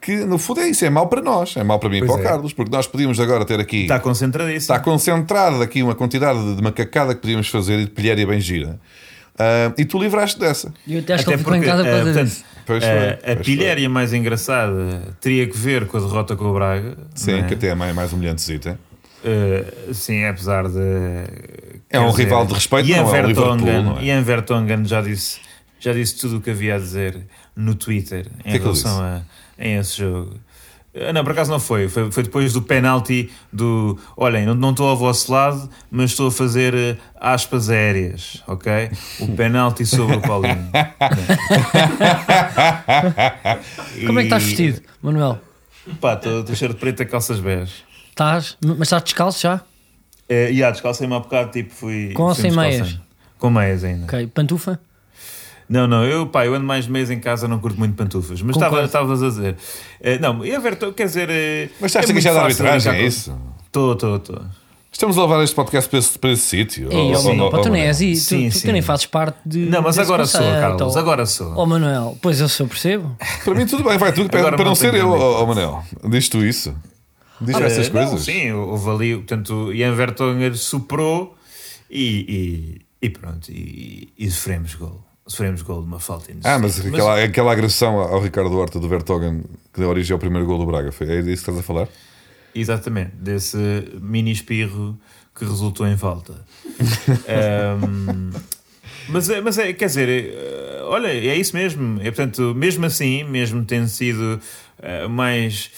B: que no fundo é isso, é mau para nós, é mau para mim e
C: Pois
B: para o
C: é. Tá.
B: Carlos, porque nós podíamos agora ter aqui...
C: Está concentradíssimo.
B: Está concentrada aqui uma quantidade de macacada que podíamos fazer e de pilharia bem gira. Ah, e tu livraste dessa.
A: E Eu até acho que
C: Até
A: ele ficou em
C: porque,
A: casa por
C: eh,
A: causa
C: portanto,
A: disso.
B: Pois
C: eh,
B: foi,
C: a
B: pois
C: pilhéria mais engraçada teria que ver com a derrota com o Braga.
B: Sim,
C: não é?
B: que até é mais, mais humilhantezita.
C: Eh, sim, apesar de.
B: É um rival de respeito,
C: Ian
B: não é o Liverpool,
C: Vertonghen-
B: não é?
C: Ian Vertonghen já disse, já disse tudo o que havia a dizer no Twitter em
B: que ele
C: relação a, a esse jogo. Ah, Não, por acaso não foi. Foi, foi depois do penalti do. Olhem, não- não estou ao vosso lado, mas estou a fazer eh, aspas aéreas, ok? O penalti sobre o Paulinho.
A: Como é que estás vestido, Manuel?
C: Pá, estou de cheiro de preto a calças bege.
A: Estás? M- Mas estás descalço já?
C: Eh, e há, descalcei-me há bocado, tipo, fui.
A: Com ou
C: fui
A: sem meias?
C: descalçando. Com meias ainda.
A: Ok. Pantufa?
C: Não, não, eu, pá, eu ando mais de mês em casa, não curto muito pantufas, mas
A: Concordo.
C: estava- estavas a dizer. Eh, não, e a Verto, quer dizer. eh,
B: Mas estás a
C: muito
B: queixar da
C: fácil
B: arbitragem,
C: brincar
B: é
C: com-
B: isso?
C: Tô, tô, tô.
B: Estamos a levar este podcast para esse, para esse sítio.
A: Ei,
B: Oh,
A: ó,
B: oh,
A: É, Manuel,
B: oh,
A: pá,
B: oh,
A: tu nem
B: Manuel.
A: és isso.
C: Sim,
A: tu,
C: sim.
A: tu nem fazes parte de.
C: Não, mas
A: desse
C: agora sou,
A: conceito,
C: Carlos,
A: ó.
C: agora sou.
A: Ó Manuel, pois eu sou, percebo.
B: Para mim tudo bem, vai tudo para,
C: Agora
B: para não
C: não
B: ser eu,
C: tenho nada.
B: oh, oh, Manel. Diz tu isso. Diz
C: Eh,
B: essas
C: não,
B: coisas.
C: Sim, houve ali, portanto, Ian Vertonghen superou e, e, e pronto, e, e sofremos gol. sofremos gol de uma falta
B: Ah, mas aquela, aquela agressão ao Ricardo Horta do Vertogen que deu origem ao primeiro gol do Braga, foi, é disso que estás a falar?
C: Exatamente, desse mini espirro que resultou em falta. Ahm, mas, é- mas é, quer dizer, é, eh, olha, é isso mesmo. É, portanto, mesmo assim, mesmo tendo sido eh, mais.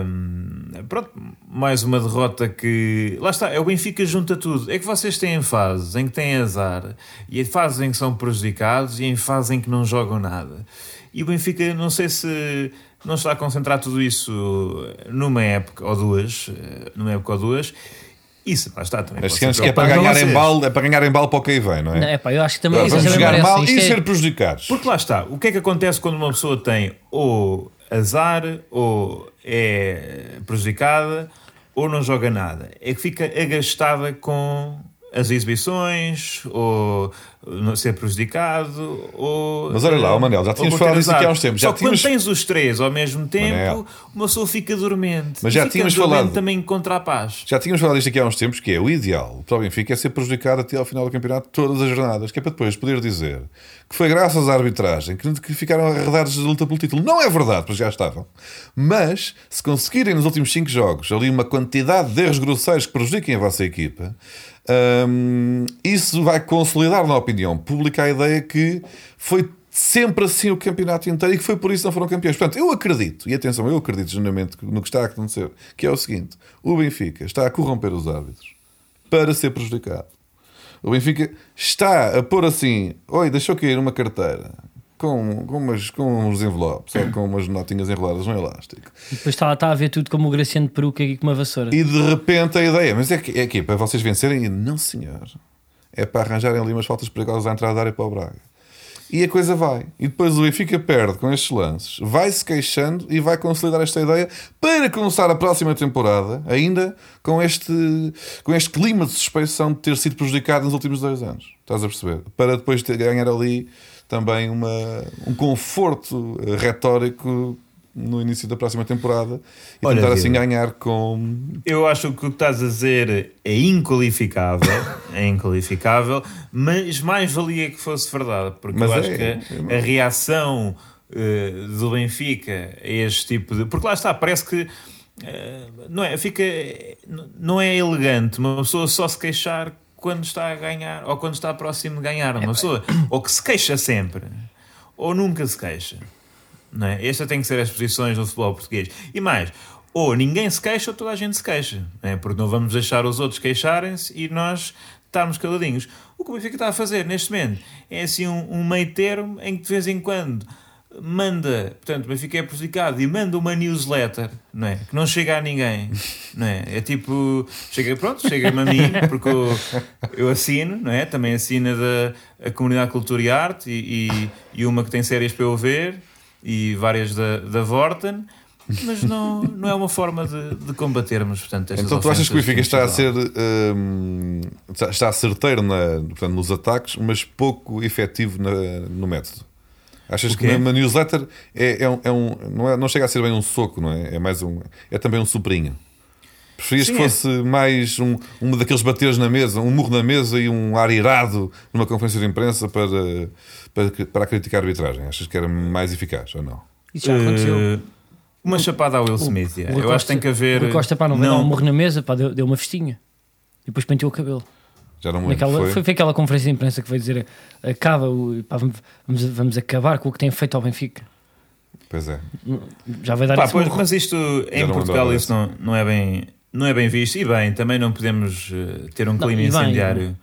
C: ahm, pronto, mais uma derrota que. Lá está, é o Benfica junta tudo. É que vocês têm fases em que têm azar, e em fases em que são prejudicados, e em fases em que não jogam nada. E o Benfica, não sei se não está a concentrar tudo isso numa época ou duas, eh, numa época ou duas. Isso, lá está também.
B: As
C: pode ser
B: cenas que é para
C: preocupante
B: ganhar
C: vocês.
B: em balde, é para ganhar em balde para o que aí vem, não é?
A: Não, é pá, eu acho que também. isso
B: Vamos
A: também
B: jogar
A: merece.
B: mal
A: Isto
B: e
A: é-
B: ser prejudicados.
C: Porque lá está, o que é que acontece quando uma pessoa tem ou azar, ou é prejudicada, ou não joga nada? É que fica agastada com as exibições, ou não ser prejudicado, ou. eh,
B: Mas olha lá, ó Manel, já
C: ou
B: tínhamos
C: com
B: falado
C: ter
B: disso aqui
C: azar.
B: há uns tempos,
C: Só
B: já
C: que quando
B: tínhamos-
C: tens os três ao mesmo tempo,
B: Manel.
C: uma pessoa fica dormente.
B: Mas já
C: fica
B: tínhamos
C: dormente
B: falado.
C: também contra a paz.
B: Já tínhamos falado disto aqui há uns tempos, que é o ideal para o Benfica é ser prejudicado até ao final do campeonato todas as jornadas, que é para depois poder dizer que foi graças à arbitragem que que ficaram arredados da luta pelo título. Não é verdade, pois já estavam. Mas, se conseguirem nos últimos 5 jogos ali uma quantidade de erros grosseiros que prejudiquem a vossa equipa, hum, isso vai consolidar na opinião pública a ideia que foi sempre assim o campeonato inteiro e que foi por isso que não foram campeões. Portanto, eu acredito, e atenção, eu acredito genuinamente no que está a acontecer, que é o seguinte: o Benfica está a corromper os árbitros para ser prejudicado. O Benfica está a pôr assim: oi, deixou cair uma carteira com, com, umas, com uns envelopes, ou com umas notinhas enroladas num elástico.
A: E depois está, está a ver tudo como o Graciano de peruca e com uma vassoura.
B: E de repente a ideia, mas é que é aqui, para vocês vencerem, e não senhor, é para arranjarem ali umas faltas perigosas à entrada da área para o Braga. E a coisa vai. E depois o Benfica perde com estes lances, vai-se queixando e vai consolidar esta ideia para começar a próxima temporada, ainda com este, com este clima de suspeição de ter sido prejudicado nos últimos dois anos. Estás a perceber? Para depois ter- ganhar ali também uma, um conforto eh, retórico no início da próxima temporada e
C: Olha,
B: tentar assim
C: Diogo.
B: ganhar com
C: Eu acho que o que estás a dizer é inqualificável, é inqualificável, mas mais valia que fosse verdade, porque
B: Mas
C: eu acho
B: é,
C: que a reação eh, do Benfica a este tipo de. Porque lá está, parece que. eh, não é, fica, n- não é elegante uma pessoa só se queixar quando está a ganhar ou quando está próximo de ganhar. Uma pessoa ou que se queixa sempre ou nunca se queixa. Não é? Esta tem que ser as posições do futebol português. E mais, ou ninguém se queixa ou toda a gente se queixa. Não é? Porque não vamos deixar os outros queixarem-se e nós estarmos caladinhos. O que o Benfica está a fazer neste momento é assim um, um meio termo em que de vez em quando manda, portanto, o Benfica é prejudicado e manda uma newsletter, não é? Que não chega a ninguém, não é? É tipo, chega, pronto, chega-me a mim, porque eu, eu assino, não é? Também assina da a comunidade Cultura e Arte e, e, e uma que tem séries para eu ver e várias da, da Vorten, mas não, não é uma forma de, de combatermos, portanto, estas
B: Então tu achas que o
C: ofensas
B: Benfica está a
C: Portugal.
B: ser hum, está- está certeiro na- portanto, nos ataques, mas pouco efetivo na- no método. Achas que
C: quê?
B: uma newsletter é, é um, é um- não, é- não chega a ser bem um soco, não é? É mais um é também um sobrinho. Preferias
C: Sim, é.
B: que fosse mais um, um daqueles bateres na mesa, um murro na mesa e um ar irado numa conferência de imprensa para, para, para criticar a arbitragem. Achas que era mais eficaz ou não?
A: Isso já aconteceu.
C: Eh, uma chapada ao Will Smith, yeah.
A: Rui
C: eh, eu acho que tem que haver.
A: Rui Costa, pá, não, não. um morro na mesa, pá, deu, deu uma festinha. E depois penteou o cabelo.
B: Já não me lembro,
A: Naquela, foi? foi aquela conferência de imprensa que veio dizer: acaba, o- pá, vamos, vamos- vamos acabar com o que tem feito ao Benfica.
B: Pois é.
A: Já vai dar
C: Pá,
A: esse
C: pois,
A: um morro.
C: mas isto
B: Já
C: em
B: não
C: Portugal
B: andava
C: isso não, não, é bem, não é bem visto. E bem, também não podemos eh, ter um
A: Não,
C: clima
A: e bem,
C: incendiário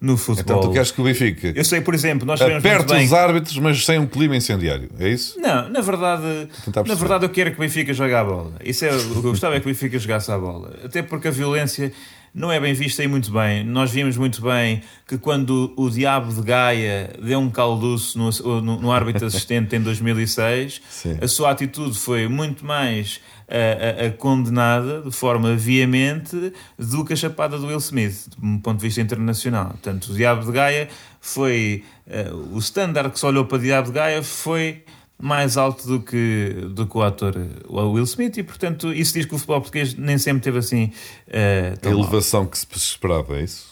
C: no
B: Então
C: futebol.
B: tu queres que o Benfica
C: Eu sei, por exemplo, nós sabemos muito
B: Aperta
C: bem.
B: os árbitros, mas sem um clima incendiário. É isso?
C: Não, na verdade,
B: tentar
C: na
B: perceber.
C: verdade eu quero que o Benfica jogue à bola. Isso é o que eu gostava é que o Benfica jogasse à bola. Até porque a violência não é bem vista e muito bem. Nós vimos muito bem que quando o diabo de Gaia deu um calduço no, no, no árbitro assistente em 2006,
B: Sim.
C: a sua atitude foi muito mais eh, a, a- a condenada de forma veemente do que a chapada do Will Smith, de um ponto de vista internacional. Portanto, o Diabo de Gaia foi. eh, o standard que se olhou para o Diabo de Gaia foi mais alto do que, do que o ator eh, o Will Smith, e portanto, isso diz que o futebol
A: Então
C: português nem sempre teve assim. eh,
B: A
C: tão mau.
B: elevação que se esperava, é isso?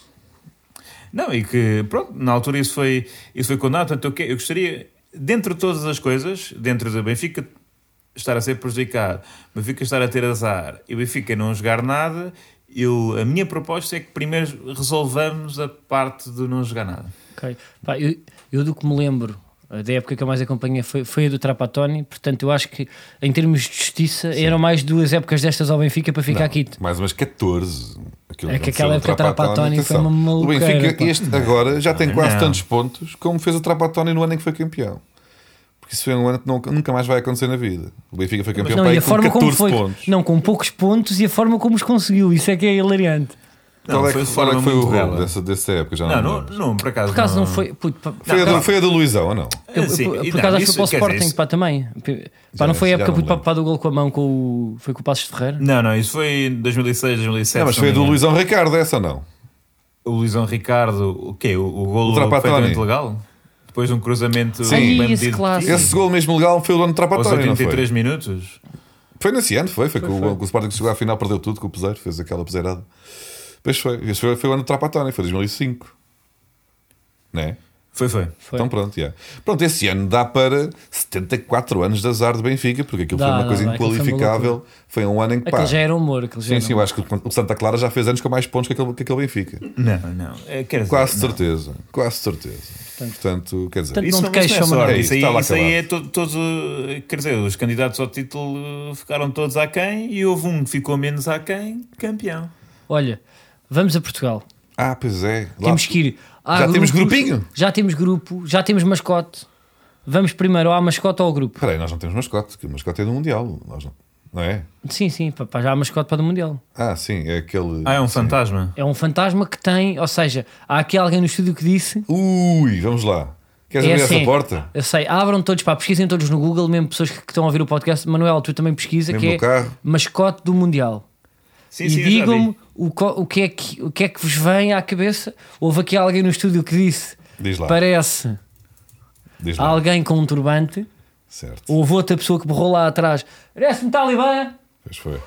C: Não, e que, pronto, na altura isso foi, isso foi condenado. Portanto, eu, que- eu gostaria, dentro de todas as coisas, dentro do Benfica estar a ser prejudicado, o Benfica estar a ter azar e o Benfica não jogar nada, eu, a minha proposta é que primeiro resolvamos a parte de não jogar nada.
A: Ok. Pá, eu, eu do que me lembro eh, da época que eu mais acompanhei foi, foi a do Trapatoni, portanto eu acho que em termos de justiça eram mais duas épocas destas ao Benfica para ficar aqui.
B: Mais umas 14. Aquilo
A: É que aquela
B: aconteceu
A: época
B: ao Trapattoni,
A: Trapattoni foi uma
B: atenção.
A: maluqueira,
B: O Benfica,
A: pá.
B: este agora, já tem quase
C: Não.
B: tantos pontos como fez o Trapattoni no ano em que foi campeão. Porque isso foi um ano que não- nunca mais vai acontecer na vida. O Benfica foi campeão
A: Não,
B: para
A: e a
B: aí com
A: forma como
B: 14
A: foi,
B: pontos.
A: não, com poucos pontos e a forma como os conseguiu, isso é que é hilariante.
B: Qual
C: Não,
B: é que
C: foi
B: qual é que
C: de
B: foi,
C: forma
B: o
C: muito
B: rolo
C: bela.
B: dessa, dessa época? Já
C: Não,
B: não, me
C: não,
B: lembro.
C: não, por acaso.
A: Por acaso não, foi. puto, pá,
B: Foi, a
A: pá,
B: do, foi a do Luizão ou não?
A: Eu,
C: Sim,
A: por por acaso
C: e não,
A: acho que
C: isso-
A: foi para o
C: quer dizer,
A: Sporting,
C: isso-
A: pá, também. Pá,
B: Já-
A: não foi a
B: já
A: época puto,
B: não me
A: para
B: lembro.
A: para do gol com a mão com o. Foi com o Passos Ferreira?
C: Não, não, isso foi em 2006, 2007.
B: Não, mas
C: se
B: foi
C: É, não
B: a
C: me
B: do
C: engano.
B: Luizão Ricardo, essa ou não?
C: O Luizão Ricardo, o quê? O, o golo
B: Ultrapassou
C: perfeitamente
B: ali.
C: legal? Depois de um cruzamento
B: Sim.
C: bem
B: Ih,
A: esse
C: metido.
A: clássico.
B: Esse gol mesmo legal foi o ano do
C: Aos
B: Trapattoni, não foi?
C: 83 minutos?
B: Foi nesse ano, foi. Foi, que o- que o Sporting chegou à final, perdeu tudo com o Peseiro, fez aquela peseirada. Pois foi. Esse foi, foi o ano do Trapattoni, foi 2005. Né?
C: Foi, foi.
A: Foi.
B: Então pronto, yeah. Pronto, esse ano dá para 74 anos de azar de Benfica, porque aquilo
A: Dá,
B: foi uma
A: dá,
B: coisa
A: dá, aquilo foi uma
B: inqualificável. Foi, um ano em que pá.
A: Aquele já é era humor, aquele já
B: Sim,
A: era um
B: sim, eu acho que o Santa Clara já fez anos com mais pontos que aquele, que aquele Benfica.
C: Não, não. É, quer dizer,
B: Quase de
C: não.
B: certeza, quase de certeza. Portanto, quer dizer,
A: Portanto,
C: Isso
A: Não
C: não,
A: te
C: isso não é
A: queixas,
C: sorte.
A: mano.
B: É
C: Isso
B: isso,
C: aí,
B: está lá
C: isso aí
B: acabado.
C: é todo, todo- Quer dizer, os candidatos ao título eh, ficaram todos aquém e houve um que ficou menos aquém, campeão.
A: Olha, vamos a Portugal.
B: ah, pois é. Lá-
A: Temos que ir. Há
B: Já temos grupinho?
A: Já temos grupo, já temos mascote. Vamos primeiro à mascote ou ao grupo?
B: Espera aí, nós não temos mascote, que o mascote é do Mundial, nós não, não é?
A: Sim, sim, pá, pá, já há mascote para o Mundial.
B: Ah, sim, é aquele.
C: Ah, é um fantasma.
A: É um fantasma que tem, ou seja, há aqui alguém no estúdio que disse.
B: Ui, vamos lá. Queres
A: É
B: abrir
A: assim,
B: essa porta?
A: Eu sei, abram todos, pá, pesquisem todos no Google, mesmo pessoas que, que estão a ouvir o podcast. Manuel, tu também pesquisa,
B: Mesmo
A: que
B: no
A: é
B: carro.
A: mascote do Mundial.
C: Sim,
A: e
C: sim, eu já vi.
A: digam-me o, co- o, que é que, o que é que vos vem à cabeça. Houve aqui alguém no estúdio que disse:
B: Diz lá.
A: parece
B: Diz lá.
A: alguém com um turbante.
B: Certo,
A: Houve outra pessoa que borrou lá atrás: parece-me Talibã.
B: pois foi.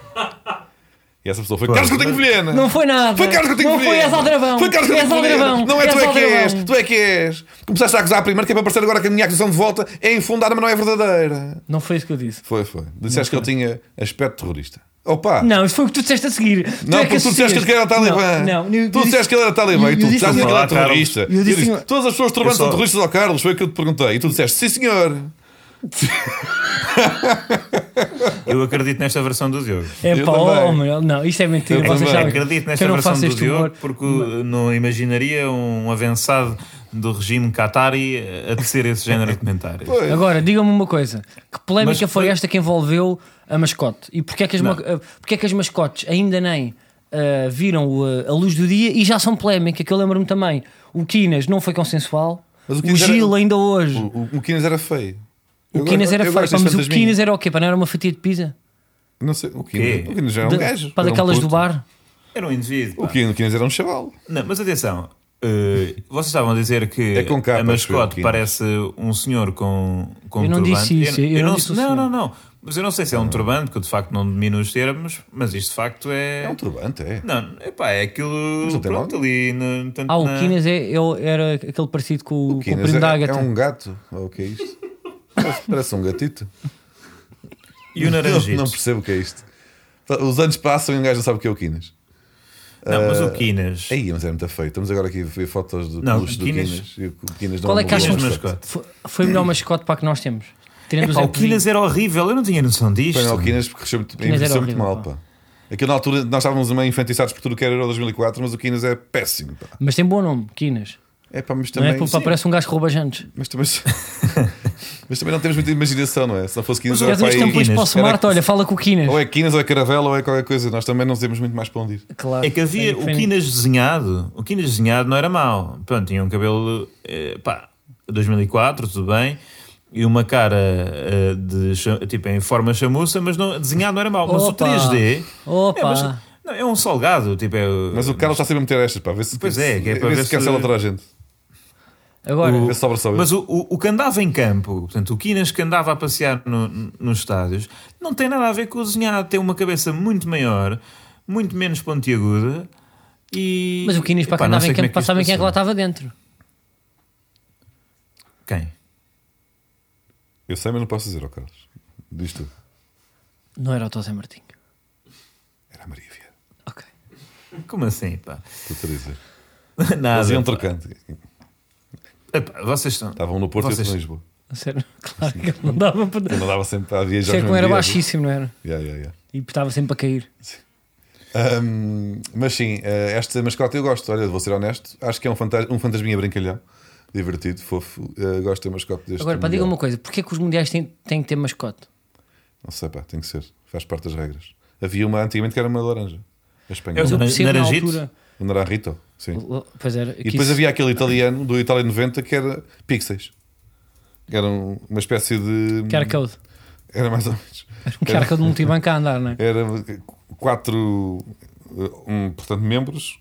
B: E essa pessoa foi Carlos Coutinho Vilhena.
A: Não foi nada.
B: Foi Carlos Coutinho
A: Não
B: Vilhena.
A: foi és Aldravão.
B: Foi Carlos
A: És
B: Coutinho Vilhena.
A: Aldravão.
B: Não é tu é que
A: Aldravão.
B: és, tu é que és. Começaste a acusar primeiro, que é para aparecer agora que a minha acusação de volta é infundada, mas não é verdadeira.
A: Não foi isso que eu disse.
B: Foi, foi. Disseste que ele tinha aspecto terrorista. Opa!
A: Não, isso foi o que tu disseste a seguir.
B: Não,
A: é
B: porque tu disseste que ele era talibã.
A: Não, não, eu
B: tu
A: disse-
B: disseste que ele era talibã
A: eu
B: e tu
A: disse-
B: disseste que ele
C: Olá,
B: era terrorista.
A: Carlos. Eu disse- assim,
B: disse, todas as pessoas turbantes
C: Eu só-
B: são terroristas ao Carlos, foi o que eu te perguntei. E tu disseste, sim senhor.
C: Eu acredito nesta versão do Diogo.
A: É
B: Eu
A: pá,
B: também.
A: oh, Manuel, não, isto é mentira.
B: Eu
A: vocês
B: também.
A: sabem
C: Acredito
A: que eu
C: nesta
A: não
C: versão
A: faço
C: do
A: este
C: Diogo
A: humor.
C: porque não imaginaria um avançado do regime Qatari a tecer esse género de comentários.
B: Pois.
A: Agora, digam-me uma coisa: que polémica
C: Mas
A: foi
C: foi-
A: esta que envolveu a mascote? E porquê é que as, ma- eh, porquê é que as mascotes ainda nem eh, viram o, eh, a luz do dia e já são polémica? Que eu lembro-me também: o Quinas não foi consensual,
B: Mas o
A: o,
B: Quinas era-
A: Gil ainda hoje.
B: O, o, o Quinas era feio.
A: O
B: Eu
A: Quinas
B: gosto-
A: era
B: eu
A: feio,
B: gosto
A: pá,
B: das
A: mas o
B: fantasminhas.
A: Quinas era o quê? Pá, não era uma fatia de pizza?
B: Não sei, o Quinas,
C: Quê?
B: o Quinas era um
A: Da-
B: gajo.
A: pá,
B: era um
A: daquelas do
B: puto.
A: bar?
C: Era um indivíduo. pá.
B: O Quin- o Quinas era um chaval.
C: Não, mas atenção, eh, vocês estavam a dizer que
B: É com capa,
C: a
B: acho
C: mascote
B: eu,
C: parece um senhor com, com
A: Eu não
C: um turbante.
A: disse isso, eu não disse o
C: não,
A: senhor. Ah.
C: não, não. Mas eu não sei se é um turbante, porque eu de facto não domino os termos, mas isto de facto é.
B: É um turbante, é.
C: Não, epá, é aquilo.
B: não tem
C: Pronto, ali. No, tanto
A: Ah, o
C: na-
A: Quinas é, eu- era aquele parecido com o,
B: O
A: com o
B: Quinas
A: primo da
B: é,
A: Ágata.
B: é um gato. Ou o que é isto? Parece- Parece um gatito.
C: E o Naranjito.
B: Eu Não percebo o que é isto. Os anos passam e um gajo não sabe o que é o Quinas.
C: Não, mas o Quinas.
B: Aí, mas Ah, é muito feio. Estamos agora aqui a ver fotos do
C: Não,
B: peluche do
C: Quinas-
B: Quinas. e o Quinas não um
A: Qual é
B: uma
A: que
B: boa
A: achas-
C: mascote.
A: Foi, foi o melhor mascote para É que nós temos. Tirando o
C: Epá,
A: Zé
B: é-
C: o Quinas era horrível, eu não tinha noção disto.
B: Põe lá o Quinas porque cresceu muito,
A: Quinas era
B: envelheceu muito
A: horrível,
B: mal, pá. Aquilo na altura nós estávamos meio infantizados por tudo o que era Euro 2004, mas o Quinas é péssimo, pá.
A: Mas tem bom nome, Quinas.
B: É pá, mas
A: Não é
B: também.
A: porque pá, parece um gajo que rouba jantes.
B: mas, também mas também não temos muita imaginação, não é? Se não fosse Quinas,
C: Mas
B: era
A: Queres
B: pá,
A: uns
B: aí-
A: tampões
C: Quinas.
A: para o Smart?
B: Era-
A: Olha, fala com o Quinas.
B: ou é Quinas, ou é Caravela, ou é qualquer coisa. Nós também não temos muito mais para onde ir.
A: Claro.
C: É que havia o
A: diferente.
C: Quinas desenhado. O Quinas desenhado não era mau. Pronto, tinha um cabelo, eh, pá, 2004, tudo bem. E uma cara eh, de, cha- tipo, em forma chamuça, mas não, desenhado não era mau. Mas o
A: Opa!
C: 3D. É, mas-
A: Opa!
C: não, é um salgado, tipo, é, o-
B: Mas o Carlos está sempre a meter estas, pá. Vê se,
C: Pois é, que é
B: vê
C: para ver
B: se
C: se-
B: cancela toda a gente.
A: Agora,
B: Vê se sobra só eu.
C: Mas o, o, o que andava em campo, portanto, o Quinas que andava a passear no- no- nos estádios, não tem nada a ver com o desenhado. Tem uma cabeça muito maior, muito menos pontiaguda E...
A: Mas o Quinis para
C: Epá,
A: cá
C: não
A: andava
C: sei
A: em
C: como é
A: campo
C: que isto
A: passava em quem é que lá
C: passou.
A: estava dentro.
C: Quem?
B: Eu sei, mas não posso dizer, ó Carlos. Diz tu.
A: Não era o Tosé Martinho.
B: Era a Maria Vieira.
A: Ok.
C: Como assim, pá?
B: Estou-te a dizer. Eles
C: Nada.
B: iam
C: pá.
B: trocando.
C: Epá, vocês estão.
B: Estavam no Porto e
C: Vocês-
B: outro em Lisboa.
A: A sério, claro que ele não dava para.
B: Não dava sempre a viajar.
A: Checo é era baixíssimo, não era?
B: Yeah, yeah, yeah.
A: E estava sempre a cair.
B: Hum, mas sim, eh, esta mascota eu gosto. Olha, vou ser honesto. Acho que é um, fantas um fantasminha brincalhão. Divertido, fofo. Eh, gosto da mascote deste.
A: Agora, pá,
B: mundial.
A: diga uma coisa: porquê que os mundiais têm, têm que ter mascote?
B: Não sei, pá, tem que ser. Faz parte das regras. Havia uma antigamente que era uma laranja. A espanhola.
C: É
A: Mas eu
C: Na-
A: percebo na
C: Naranjito?
A: altura.
B: O Naranjito, sim.
A: Pois era. que
B: E depois
A: isso-
B: havia aquele italiano, do Itália 90, que era Pixels. Que era um- uma espécie de.
A: QR Code.
B: Era mais ou menos.
A: Um QR Code multibanco a andar, não é?
B: Era quatro. eh, Um, portanto, membros,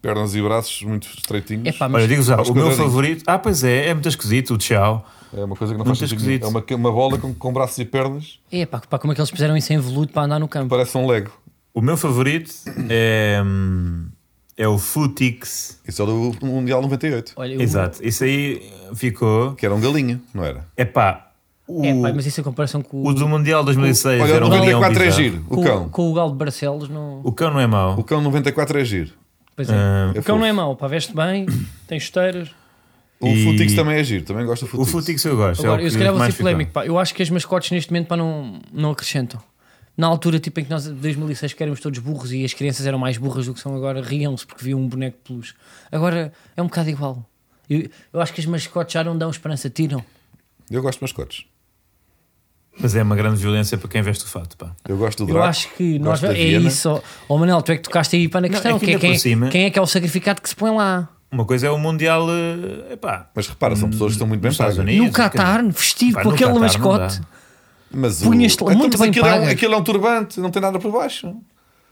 B: pernas e braços muito estreitinhos.
A: É pá, mas
C: Olha, digo já,
B: Aos
C: o meu
B: quadradinhos.
C: favorito. Ah, pois é, é muito esquisito o tchau.
B: É uma coisa que não
C: Muito
B: faz sentido. nenhum.
C: esquisito.
B: É uma, uma bola com, com braços e pernas,
A: É pá, pá, como é que eles fizeram isso em veludo para andar no campo?
B: parece um Lego.
C: O meu favorito é. hum, É o Futix.
B: Isso é do Mundial 98,
A: Olha, eu-
C: Exato, isso aí ficou.
B: que era um galinho, não era?
C: É pá. O,
A: É pá, mas isso em comparação com
C: o
A: o,
C: do Mundial 2006
B: Olha,
C: era
B: o
C: um gavião
B: 94 é
C: bizarro.
B: giro, o
A: com,
B: cão.
A: com o Galo de Barcelos, não.
C: O cão não é
B: O
C: mau.
B: cão 94 é giro.
A: Pois é.
C: Ah,
A: o cão não é
B: fofo.
A: mau, pá, veste bem, tem chuteiras.
B: O
C: E-
B: Futix também é giro, também gosto do
C: O
B: Futix.
C: Futix eu gosto.
A: Agora,
C: é o
A: eu se
C: que
A: calhar vou
C: mais
A: ser
C: ficou.
A: polémico, pá. Eu acho que as mascotes neste momento, pá, não, não acrescentam. Na altura, tipo, em que nós, em 2006, que éramos todos burros e as crianças eram mais burras do que são agora, riam-se porque viam um boneco de peluche. Agora, é um bocado igual. Eu, eu acho que as mascotes já não dão esperança, tiram.
B: Eu gosto de mascotes.
C: Mas é uma grande violência para quem veste o fato, pá.
B: Eu gosto do
A: Eu
B: Draco.
A: acho que nós
B: gosto da
A: é
B: Viena.
A: isso. Ó oh, Manel, tu é que tocaste aí para na
C: Não,
A: questão.
C: é que
A: quem, é-
C: ainda por
A: quem é-
C: cima-
A: quem é que é o sacrificado que se põe lá?
C: Uma coisa é o Mundial. eh, Epá.
B: Mas repara,
A: Hum,
B: são pessoas que estão muito bem
C: nos Estados
B: pagas.
C: Unidos.
A: no
C: um bocadinho.
A: Qatar, vestido
C: Pá,
A: com
C: no
A: aquele
C: Qatar não
A: mascote.
C: dá.
B: Mas o...
A: Punhas-te lá
B: Então,
A: muito
B: mas
A: bem
B: aquilo é, um,
A: pagas.
B: aquilo é um turbante, não tem nada por baixo.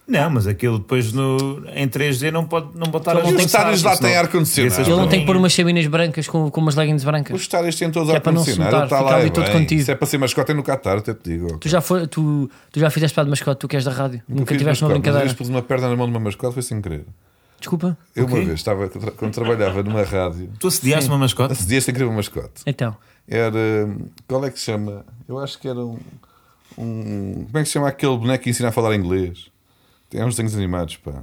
C: Não, mas aquilo depois no, em 3D não pode não botar
A: Ele
C: as
A: não tem
C: luzes,
B: estádios lá
C: senão-
B: têm ar-condicionado.
C: Essas
A: Ele
B: Ele
A: não tem
C: coisinhas.
A: que pôr umas chabinas brancas com, com umas leggings brancas.
B: Os estádios têm todos
A: Que é
B: ar
A: para não se
B: condicionado.
A: notar,
B: está
A: fica
B: lá
A: ali
B: é
A: todo
B: bem.
A: contido.
B: Se é para ser mascote é no Qatar, até te digo.
A: Tu já, foi, tu, tu já fizeste para de mascote, tu que és da rádio. Nunca
B: Fiz
A: tiveste uma
B: mascote, mas Uma
A: brincadeira.
B: vez pus uma perna na mão de uma mascote, foi sem querer.
A: Desculpa.
B: Eu uma vez estava, tra- quando trabalhava numa rádio,
C: Tu assediaste uma mascote?
B: dias sem querer uma mascote.
A: Então,
B: Era. hum, Qual é que se chama? Eu acho que era um. um- como é que se chama aquele boneco que ensina a falar inglês? Tem uns desenhos animados, pá.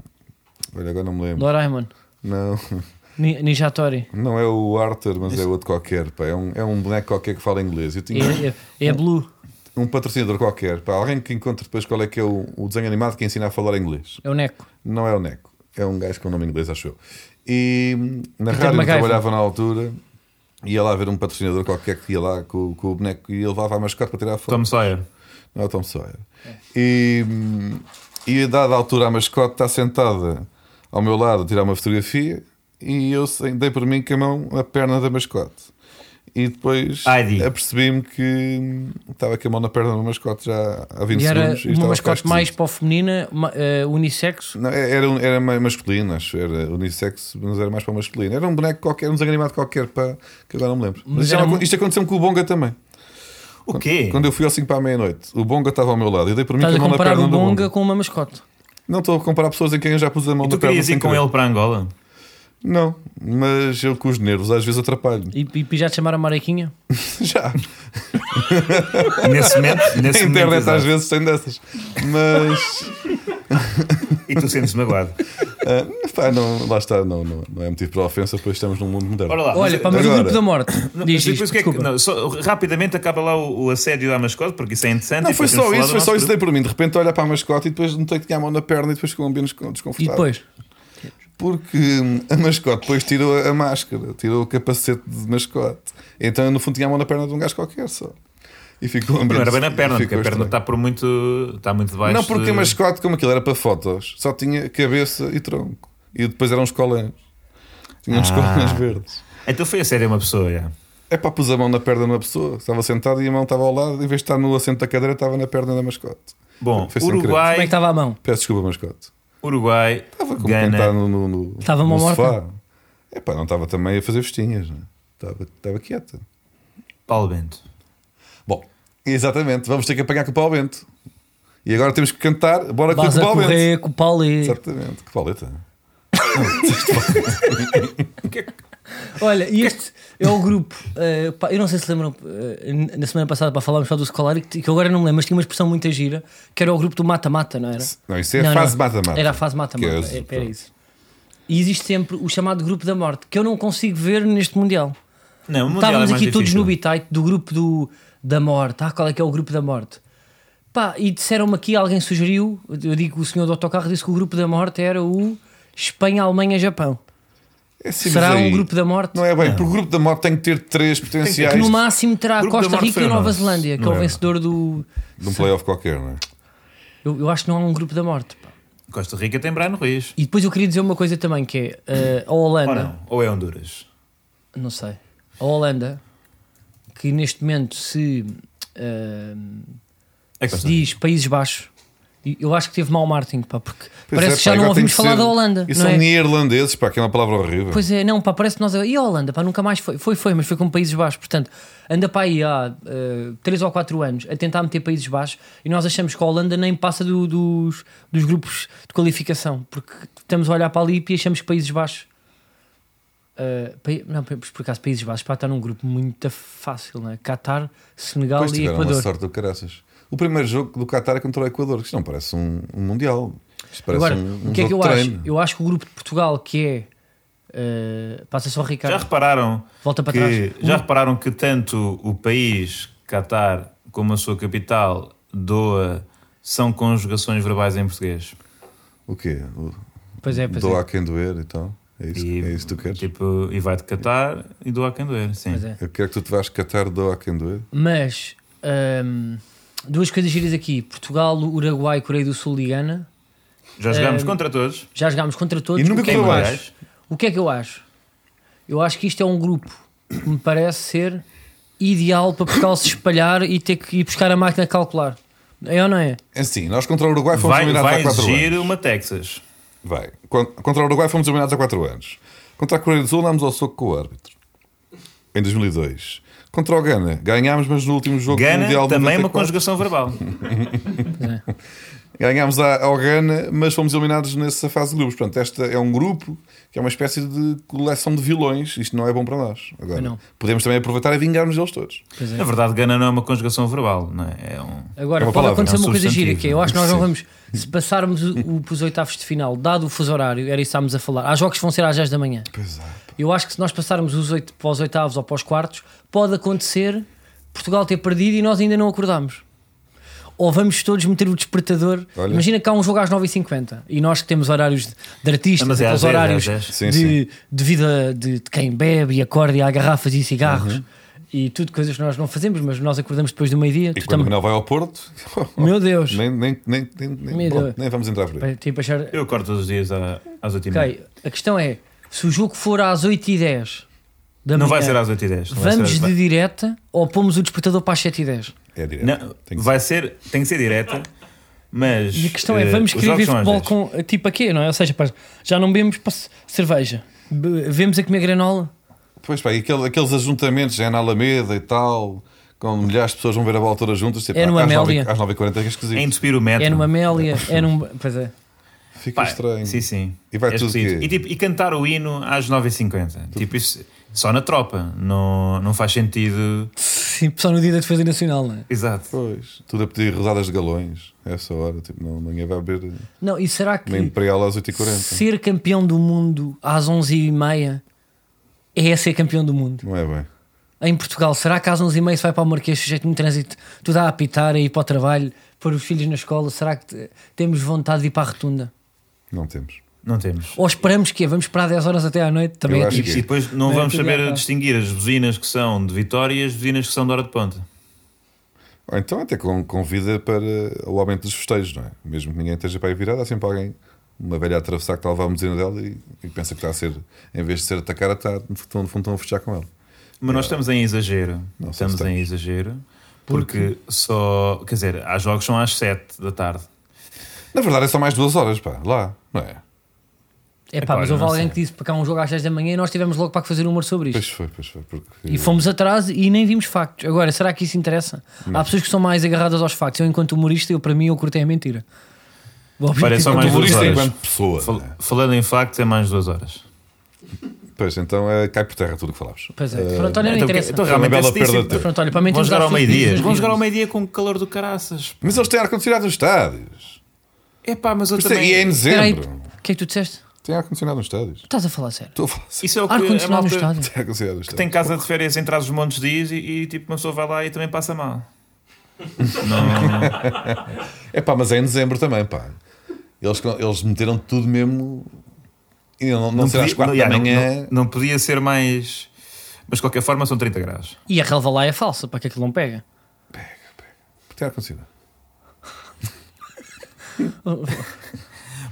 B: Olha, agora não me lembro.
A: Doraemon,
B: Não,
A: Ni- Ninjatori.
B: não é o Arthur, mas é outro qualquer, pá. É um, é um boneco qualquer que fala inglês. Eu tinha
A: É, é, é Blue.
B: um patrocinador qualquer, pá. Alguém que encontre depois qual é que é o, o desenho animado que ensina a falar inglês.
A: É o Neco.
B: Não é o Neco, é um gajo com o nome inglês, acho eu. E hum, na
A: Peter
B: rádio que
A: MacGyver.
B: trabalhava na altura, ia lá ver um patrocinador qualquer que ia lá com, com o boneco e ele levava a mascote para tirar a foto.
C: Tom Sawyer.
B: Não é o Tom Sawyer. E, hum, e a dada altura a mascote está sentada ao meu lado a tirar uma fotografia e eu sei- dei por mim com a mão a perna da mascote. E depois
C: Ai, di.
B: apercebi-me que hum, estava com a mão na perna da mascote já há 20
A: E era
B: segundos.
A: uma
B: estava
A: mascote
B: quase
A: mais para o feminina, ma- eh, unissexo.
B: não, é- era, um- era ma- masculino, acho. Era unissex, mas era mais para o masculino. Era um boneco qualquer, um desenho animado qualquer, pá, que agora não me lembro. Mas,
A: Mas
B: já
A: era um-
B: não-
A: mu-
B: isto aconteceu-me com o Bonga também.
C: O quê?
B: Quando eu fui ao 5 para a meia-noite, o Bonga estava ao meu lado. Eu dei para mim
A: Estás
B: com
A: a
B: a mão na
A: comparar
B: perna
A: o
B: do Bonga.
A: Bonga com uma mascote.
B: Não estou a comparar pessoas em quem eu já pus a mão na
C: E tu
B: perna.
C: querias
B: sem
C: ir com
B: querer.
C: ele para Angola?
B: Não, mas eu com os nervos às vezes atrapalho.
A: E, e já te chamaram Marequinha?
B: já.
C: Nesse momento?
B: A
C: Nesse momento,
B: internet
C: exato.
B: às vezes tem dessas. Mas.
C: E tu sentes magoado.
B: ah, pá, não, lá está, não, não, não é motivo para ofensa, pois estamos num mundo moderno.
C: Ora lá.
A: Olha, pá,
C: mas,
A: mas o
B: Ah, agora-
A: grupo da morte.
C: não,
A: Diz
C: mas
A: isto,
C: depois o que é que-
A: desculpa.
C: não, só- rapidamente acaba lá o, o assédio à mascote, porque isso é interessante.
B: Não,
C: e
B: foi
C: depois
B: só
C: temos de falar
B: isso,
C: do
B: foi
C: nosso
B: só isso
C: grupo.
B: dei por mim. De repente olha para a mascote e depois notei que tinha a mão na perna e depois ficou um ambiente descon-
A: E
B: desconfortável.
A: depois?
B: Porque hum, a mascote depois tirou a máscara, tirou o capacete de mascote. Então eu, no fundo tinha a mão na perna de um gajo qualquer só. E ficou um ambiente.
C: Não era bem na perna, porque
B: ficou
C: a perna
B: estranho.
C: está por muito. está muito debaixo.
B: Não, porque
C: de-
B: a mascote, como aquilo era para fotos, só tinha cabeça e tronco. E depois eram uns colãs. Tinha uns
C: Ah.
B: colãs verdes.
C: Então foi a sério uma pessoa, já.
B: É para pus a mão na perna de uma pessoa. Estava sentado e a mão estava ao lado. Em vez de estar no assento da cadeira, estava na perna da mascote.
C: Bom,
B: Foi sem
A: Como é
B: querer.
A: que
C: Uruguai,
A: estava a mão?
B: Peço desculpa, mascote.
C: Uruguai,
B: Estava como quem está
C: Gana.
B: no, no, no,
A: Estava
B: no
A: mão
B: sofá. É pá, não estava também a fazer festinhas, né? estava, estava quieta.
C: Paulo Bento.
B: Bom, exatamente, vamos ter que apanhar com o Paulo Bento. E agora temos que cantar, bora com o
A: Vas a
B: Paulo Bento.
A: correr com o Paulo e...
B: Exatamente, que paleta.
A: Olha, e este é o grupo. eh, pá, eu não sei se lembram, eh, na semana passada, para falarmos só do Scolari, que que eu agora não me lembro, mas tinha uma expressão muito gira, que era o grupo do mata-mata, não era?
B: Não, isso é a fase mata-mata.
A: Era a fase
B: Que é
A: mata-mata,
B: os-
A: é- era isso. E existe sempre o chamado grupo da morte, que eu não consigo ver neste Mundial.
C: Não, o Mundial
A: Estávamos
C: é mais
A: aqui todos
C: difícil.
A: no bitite do grupo do, da morte. Ah, qual é que é o grupo da morte? Pá, e disseram-me aqui, alguém sugeriu, eu digo, o senhor do autocarro disse que o grupo da morte era o Espanha, Alemanha, Japão.
B: É simples
A: Será
B: aí.
A: um grupo da morte?
B: Não é bem, porque o grupo da moto tem que ter três potenciais
A: Que no máximo terá
C: Grupo da
A: Costa
C: Morte
A: Rica
C: foi
A: e
C: o
A: Nova
C: nosso,
A: Zelândia, que é
C: não
A: o
C: é?
A: vencedor do.
B: de um playoff qualquer, não é?
A: Eu, eu acho que não há um grupo da morte. pá.
C: Costa Rica tem Brian Ruiz.
A: E depois eu queria dizer uma coisa também, que é eh, a Holanda.
C: Ou não? Ou é Honduras?
A: Não sei. A Holanda, que neste momento se, eh,
C: É
A: se
C: Costa Rica.
A: diz Países Baixos, e eu acho que teve mau marketing, pá, porque
B: Pois
A: parece
B: é,
A: que
B: pá,
A: já não
B: agora tem
A: ouvimos
B: que
A: falar
B: ser- um
A: da Holanda.
B: E
A: não
B: são
A: é?
B: neerlandeses, pá, que é uma palavra horrível.
A: Pois é, não, pá, parece que nós. E a Holanda, pá, nunca mais foi. Foi, foi, mas foi com Países Baixos. Portanto, anda para aí há 3 ou 4 anos a tentar meter Países Baixos e nós achamos que a Holanda nem passa do- dos, dos grupos de qualificação, porque estamos a olhar para ali e achamos que Países Baixos. uh, pai- não, por por acaso, Países Baixos pá, está num grupo muito fácil, né? Catar, Senegal
B: Depois
A: e
B: tiveram uma
A: Equador.
B: sorte do caraças. O primeiro jogo do Qatar é contra o Equador, que isto não parece um, um mundial. Isto parece
A: Agora,
B: um, um
A: o que é que eu
B: jogo de
A: acho?
B: treino.
A: Eu acho que o grupo de Portugal, que é. uh, passa só,
C: Já
A: Ricardo.
C: repararam
A: Volta para
C: que,
A: trás. Hum.
C: já repararam que tanto o país Qatar como a sua capital doa são conjugações verbais em português.
B: O quê? O,
A: Pois é, pois é.
B: doa a quem doer e tal? É isso, é isso que tu queres?
C: Tipo, e vai de Qatar e doa a quem doer, sim.
A: Pois é.
B: Eu quero que tu te vás catar, doa a quem doer.
A: Mas hum, duas coisas giras aqui: Portugal, Uruguai, Coreia do Sul e Gana.
C: Já jogámos
A: Eh,
C: contra todos.
A: Já jogámos contra todos.
B: E nunca
A: o, que é que
B: correu
A: eu
B: bem.
A: acho? o que é que eu acho? Eu acho que isto é um grupo que me parece ser ideal para Portugal se espalhar e ter que ir buscar a máquina a calcular. É ou não é?
B: É assim, nós contra o Uruguai fomos
C: Vai,
B: eliminados
C: vai
B: há 4
C: exigir
B: anos.
C: uma Texas.
B: Vai. Con- Contra o Uruguai fomos eliminados há 4 anos. Contra a Coreia do Sul andámos ao soco com o árbitro. Em 2002. Contra o Gana, ganhámos, mas no último jogo do
C: Gana
B: Mundial de
C: também é
B: 94.
C: uma conjugação verbal.
B: Ganhámos a- ao Ghana, mas fomos eliminados nessa fase de grupos. Portanto, esta é um grupo que é uma espécie de coleção de vilões. Isto não é bom para nós. Agora,
A: não.
B: podemos também aproveitar e vingar-nos deles todos.
A: Pois é.
C: Na verdade, Gana não é uma conjugação verbal, não é? É um.
A: Agora
B: É
A: pode
B: uma palavra,
A: acontecer
C: é um
A: uma coisa gira
C: substantivo.
A: que é, eu acho que nós não
B: Sim.
A: vamos, se passarmos o, o, para os oitavos de final, dado o fuso horário, era isso que estávamos a falar. Há jogos que vão ser às 10 da manhã.
B: Pois é.
A: Eu acho que se nós passarmos os oito, para os oitavos ou para os quartos, pode acontecer Portugal ter perdido e nós ainda não acordámos. Ou vamos todos meter o despertador.
B: Olha.
A: Imagina que há um jogo às 9h50 e nós que temos horários de, de artistas,
C: Ah, mas é
A: aqueles
C: às 10,
A: horários
C: é às 10.
B: Sim,
A: de, de vida de, de quem bebe e acorda e há garrafas e
B: Uhum.
A: cigarros e tudo coisas que nós não fazemos, mas nós acordamos depois do meio-dia.
B: E
A: Tu
B: quando
A: também-
B: o Manuel vai ao Porto,
A: Meu Deus!
B: nem, nem, nem, nem, nem-
A: Meu
B: bom,
A: Deus.
B: nem vamos entrar por aí.
A: Bem, tipo, achar-
C: Eu acordo todos os dias à- às 8 h
A: Ok, a questão é: se o jogo for às 8h10 da
C: Não
A: manhã,
C: vai ser às 8h10. não vai
A: vamos
C: ser às-
A: de direta ou pomos o despertador para as 7h10?
B: É direto.
C: Não,
B: Tem que
C: vai ser, tem que ser direta, mas.
A: E a questão é,
C: eh,
A: vamos
C: os jogos
A: querer ver
C: são às
A: futebol
C: 10.
A: com tipo a quê, não é? Ou seja, pá, já não bebemos pa- cerveja, be- vemos a comer granola.
B: Pois pá, e aquele- aqueles ajuntamentos é na Alameda e tal, com milhares de pessoas vão ver a bola toda juntas. Tipo,
A: É no
B: às nove-
A: Amélia.
B: Às 9h40 que é
C: É
B: esquisito.
C: entupir o metro.
A: É numa Amélia, é num. Pois é.
B: Fica
C: Pá,
B: estranho.
C: Sim, sim.
B: E vai
C: É
B: tudo
C: esquisito.
B: quê?
C: E, tipo, e cantar o hino às 9h50. Tipo, isso só na tropa. Não, não faz sentido.
A: Sim, só no dia da defesa nacional, não é?
C: Exato.
B: Pois, tudo a pedir rodadas de galões a essa hora. Tipo, não, ninguém vai beber
A: Não, e será que
B: nem imperial às 8h40.
A: ser campeão do mundo às 11h30 é ser campeão do mundo?
B: Não é bem.
A: Em Portugal, será que às 11h30 se vai para o Marquês, sujeito no trânsito, tudo a apitar, a ir para o trabalho, pôr os filhos na escola? Será que te- temos vontade de ir para a rotunda?
B: Não temos.
C: Não temos.
A: Ou esperamos que é, Vamos esperar 10 horas até à noite? Também
B: Eu
A: é
B: acho
C: E,
A: tipo.
B: que-
C: e depois não
A: Bem,
C: vamos
A: tudo
C: saber
A: bem, tá.
C: distinguir as buzinas que são de vitória e as buzinas que são de hora de ponta.
B: Ou então até com- convida para o aumento dos festejos, não é? Mesmo que ninguém esteja para aí virado, há sempre alguém, uma velha a atravessar que está a levar a medicina dela e, e pensa que está a ser, em vez de ser atacar, está, no fundo no fundo estão a fechar com ela.
C: Mas nós estamos em exagero.
B: Não, só
C: estamos em
B: estamos.
C: exagero. Porque só. Quer dizer, há jogos que são às 7 da tarde.
B: Na verdade é só mais duas horas, pá, lá, não é?
A: É pá,
C: Epá,
A: mas
C: eu
A: houve
C: não
A: alguém
C: sei.
A: que disse para cá um jogo às 10 da manhã e nós tivemos logo para que fazer um humor sobre isto.
B: Pois foi, pois foi. Porque, é
A: E fomos atrás e nem vimos factos. Agora, será que isso interessa? Há pessoas que são mais agarradas aos factos. Eu, enquanto humorista, eu para mim eu curtei a mentira. O objetivo
C: Parece só
A: é
C: mais um
A: tu-
C: duas
B: Terrorista
C: horas.
B: enquanto pessoa.
C: Fal-
B: né?
C: Falando em factos, é mais duas horas.
B: Pois então é, cai por terra tudo o que falámos.
A: Pois é. Pronto, olha, não
C: Então,
A: interessa.
C: então
B: Foi uma
C: realmente
B: bela
C: é
B: perda de
C: cedíssimo.
B: tempo.
A: Pronto, olha, para mim
C: Vão
A: temos assim
C: jogar ao
A: dar fake
C: meio-dia.
A: news
C: Vão
A: nos
C: jogar ao
A: vídeos.
C: meio-dia com o calor do caraças.
B: Mas eles têm ar-condicionado nos estádios.
C: Epá, mas eu
B: Isto é,
C: também.
B: e é em
A: Espera aí,
B: dezembro.
A: o que é que tu disseste?
B: Tem ar-condicionado nos estádios.
A: Estás a falar sério?
B: Estou a falar assim.
C: Isso é o que a
A: Ar-condicionado no
C: malta
A: estádio.
B: Tem ar-condicionado nos
C: que
B: estádios.
C: tem casa de férias entre os montes diz e, e, tipo uma pessoa vai lá e também passa mal.
B: É pá, mas é em dezembro também, pá. Eles, eles meteram tudo mesmo. E não, não, será às quatro
C: yeah,
B: da manhã.
C: não- não podia ser mais. Mas de qualquer forma são 30 graus.
A: E a relva lá é falsa, para que aquilo não pega.
B: Tem ar-condicionado.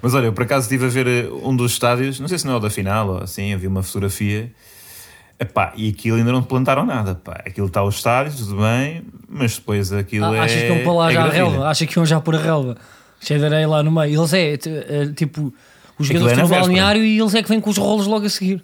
C: Mas olha, eu por acaso estive a ver eh, um dos estádios, não sei se não é o da final ou assim, havia uma fotografia. Epá, e aquilo ainda não plantaram nada. Pá. Aquilo está os estádios, tudo bem, mas depois aquilo
A: Ah,
C: é.
A: Achas que iam para lá
C: é
A: já a
C: gravilha.
A: relva? Ah, Achas que iam já pôr a relva? Cheio de areia lá no meio. Eles é, t- é, tipo, os
C: Aquilo
A: jogadores
C: é
A: estão
C: na
A: no
C: véspera.
A: balneário e eles é que vêm com os rolos logo a seguir.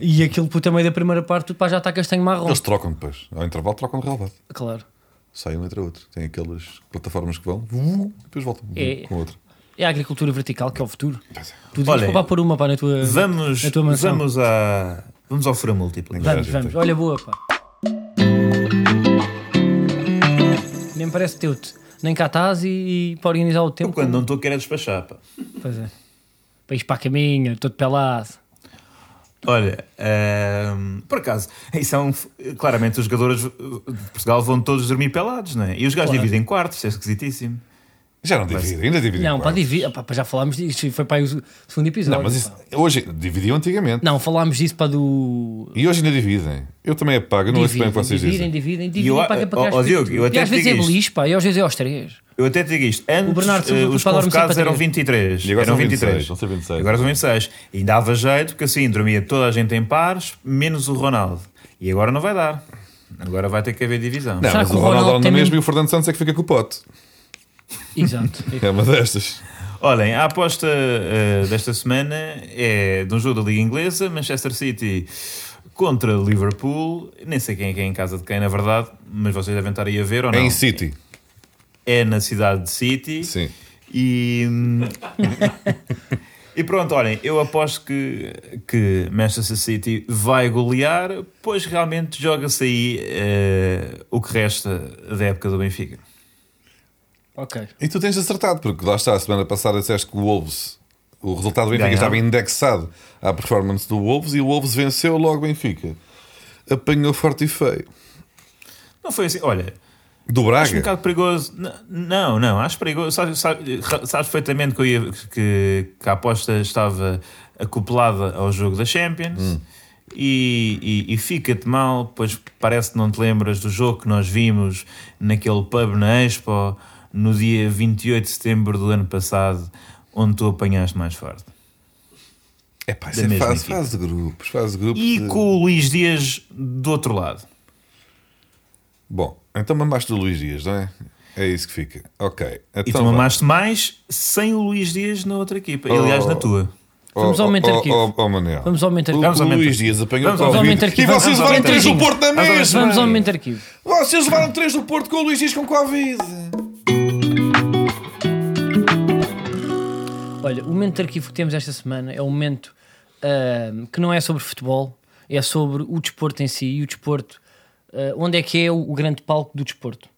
A: E aquilo, puta, meio da primeira parte, tudo pá, já está castanho marrom.
B: Eles trocam depois. Ao intervalo trocam de relvado.
A: Claro.
B: Sai um entre a outro. Tem aquelas plataformas que vão. uh, Depois voltam
A: É.
B: com a outra.
A: É a agricultura vertical que é o futuro.
B: Pois é.
A: Tu
C: Olha,
A: dizes para pôr uma pá, na tua.
C: Vamos,
A: na tua mansão.
C: vamos, à, vamos ao fura então. múltipla.
A: Vamos,
B: Já,
A: vamos.
B: já.
A: Olha, boa, pá. Nem parece teu-te. Nem cá estás e, e para organizar o
C: Eu
A: tempo.
C: quando não estou quero é despachar. Pá.
A: Pois é. Para ir para a caminha, todo pelado.
C: Olha, ahm, por acaso, isso é um, claramente os jogadores de Portugal vão todos dormir pelados, não é? E os gajos
A: Claro.
C: dividem quartos, isso é esquisitíssimo.
B: Já não dividem, ainda dividem.
A: Não,
B: em
A: pá,
B: quartos.
A: divi... pá, já falámos disso. Foi para aí o segundo episódio.
B: Não, mas isso,
A: pá.
B: hoje dividiam antigamente.
A: Não, falámos disso para do.
B: E hoje ainda dividem. Eu também apago, eu não ouço bem o que vocês
A: dividem,
B: dizem.
A: dividem,
C: E eu-
A: dividem, para que para
C: ó,
A: que
C: ó,
A: as-
C: Diogo, eu
A: E
C: até
A: às
C: te
A: vezes
C: digo
A: é
C: isto.
A: beliche, pá, e às vezes é aos três.
C: Eu até te digo isto, antes
A: Bernardo
C: eh,
A: Silva
C: os
A: fala-me sempre
C: convocados
A: a
C: eram
A: três.
C: 23,
B: E agora
C: eram
B: são
C: 23,
B: 26, vão ser 26.
C: agora são 26. E dava jeito, porque assim dormia toda a gente em pares, menos o Ronaldo. E agora não vai dar. Agora vai ter que haver divisão.
B: Não,
A: Será
B: mas
A: que
B: o
A: o
B: Ronaldo
A: Ronaldo
B: anda
A: tem
B: mesmo
A: mesmo-
B: e o Fernando Santos é que fica com o pote.
A: Exato.
B: É uma destas.
C: Olhem, a aposta eh, desta semana é de um jogo da Liga Inglesa, Manchester City contra Liverpool. Nem sei quem é, que é em casa de quem, na verdade, mas vocês devem estar aí a ver ou
B: É
C: não.
B: em City.
C: É na cidade de City.
B: Sim.
C: E, hum, e pronto, olhem, eu aposto que, que Manchester City vai golear, pois realmente joga-se aí eh, o que resta da época do Benfica.
A: ok.
B: E tu tens acertado, porque lá está, a semana passada disseste que o Wolves, o resultado do Benfica
C: Ganhava.
B: estava indexado à performance do Wolves e o Wolves venceu logo o Benfica. Apanhou forte e feio.
C: Não foi assim, olha,
B: Do
C: Acho um
B: Braga?
C: bocado perigoso. N- Não, não, acho perigoso. Sabes, sabes, sabes perfeitamente que, eu ia- que- que a aposta estava acoplada ao jogo da Champions
B: Hum.
C: e, e- e fica-te mal, pois parece que não te lembras do jogo que nós vimos naquele pub na Expo no dia 28 de setembro do ano passado, onde tu apanhaste mais forte.
B: É pá,
C: da
B: isso é
C: mesma
B: fase,
C: equipa.
B: fase de grupos, fase de grupos.
C: E
B: de-
C: com o Luís Dias do outro lado.
B: Bom, então mamaste do Luís Dias, não é? É isso que fica. Ok. Então,
C: E tu
B: vá.
C: mamaste mais sem o Luís Dias na outra equipa. E, aliás, na tua.
A: Vamos
B: Oh,
A: ao momento
B: oh,
A: arquivo.
B: Oh, oh, Manel.
A: Vamos ao momento
B: O-
A: arquivo.
C: Vamos ao
B: o
C: momento
B: Luís
C: arquivo.
B: Dias apanhou
C: Vamos
B: o
C: ao
B: Covid.
A: momento arquivo.
B: E
A: Vamos
B: vocês
A: ao
B: levaram
A: momento
B: três do
A: arquivo.
B: Porto na
A: Vamos,
B: mesma.
A: vamos ao momento arquivo.
B: Vocês levaram três do Porto com o Luís Dias com Covid.
A: Olha, o momento de arquivo que temos esta semana é um momento ahm, que não é sobre futebol, é sobre o desporto em si e o desporto. ah, onde é que é o, o grande palco do desporto?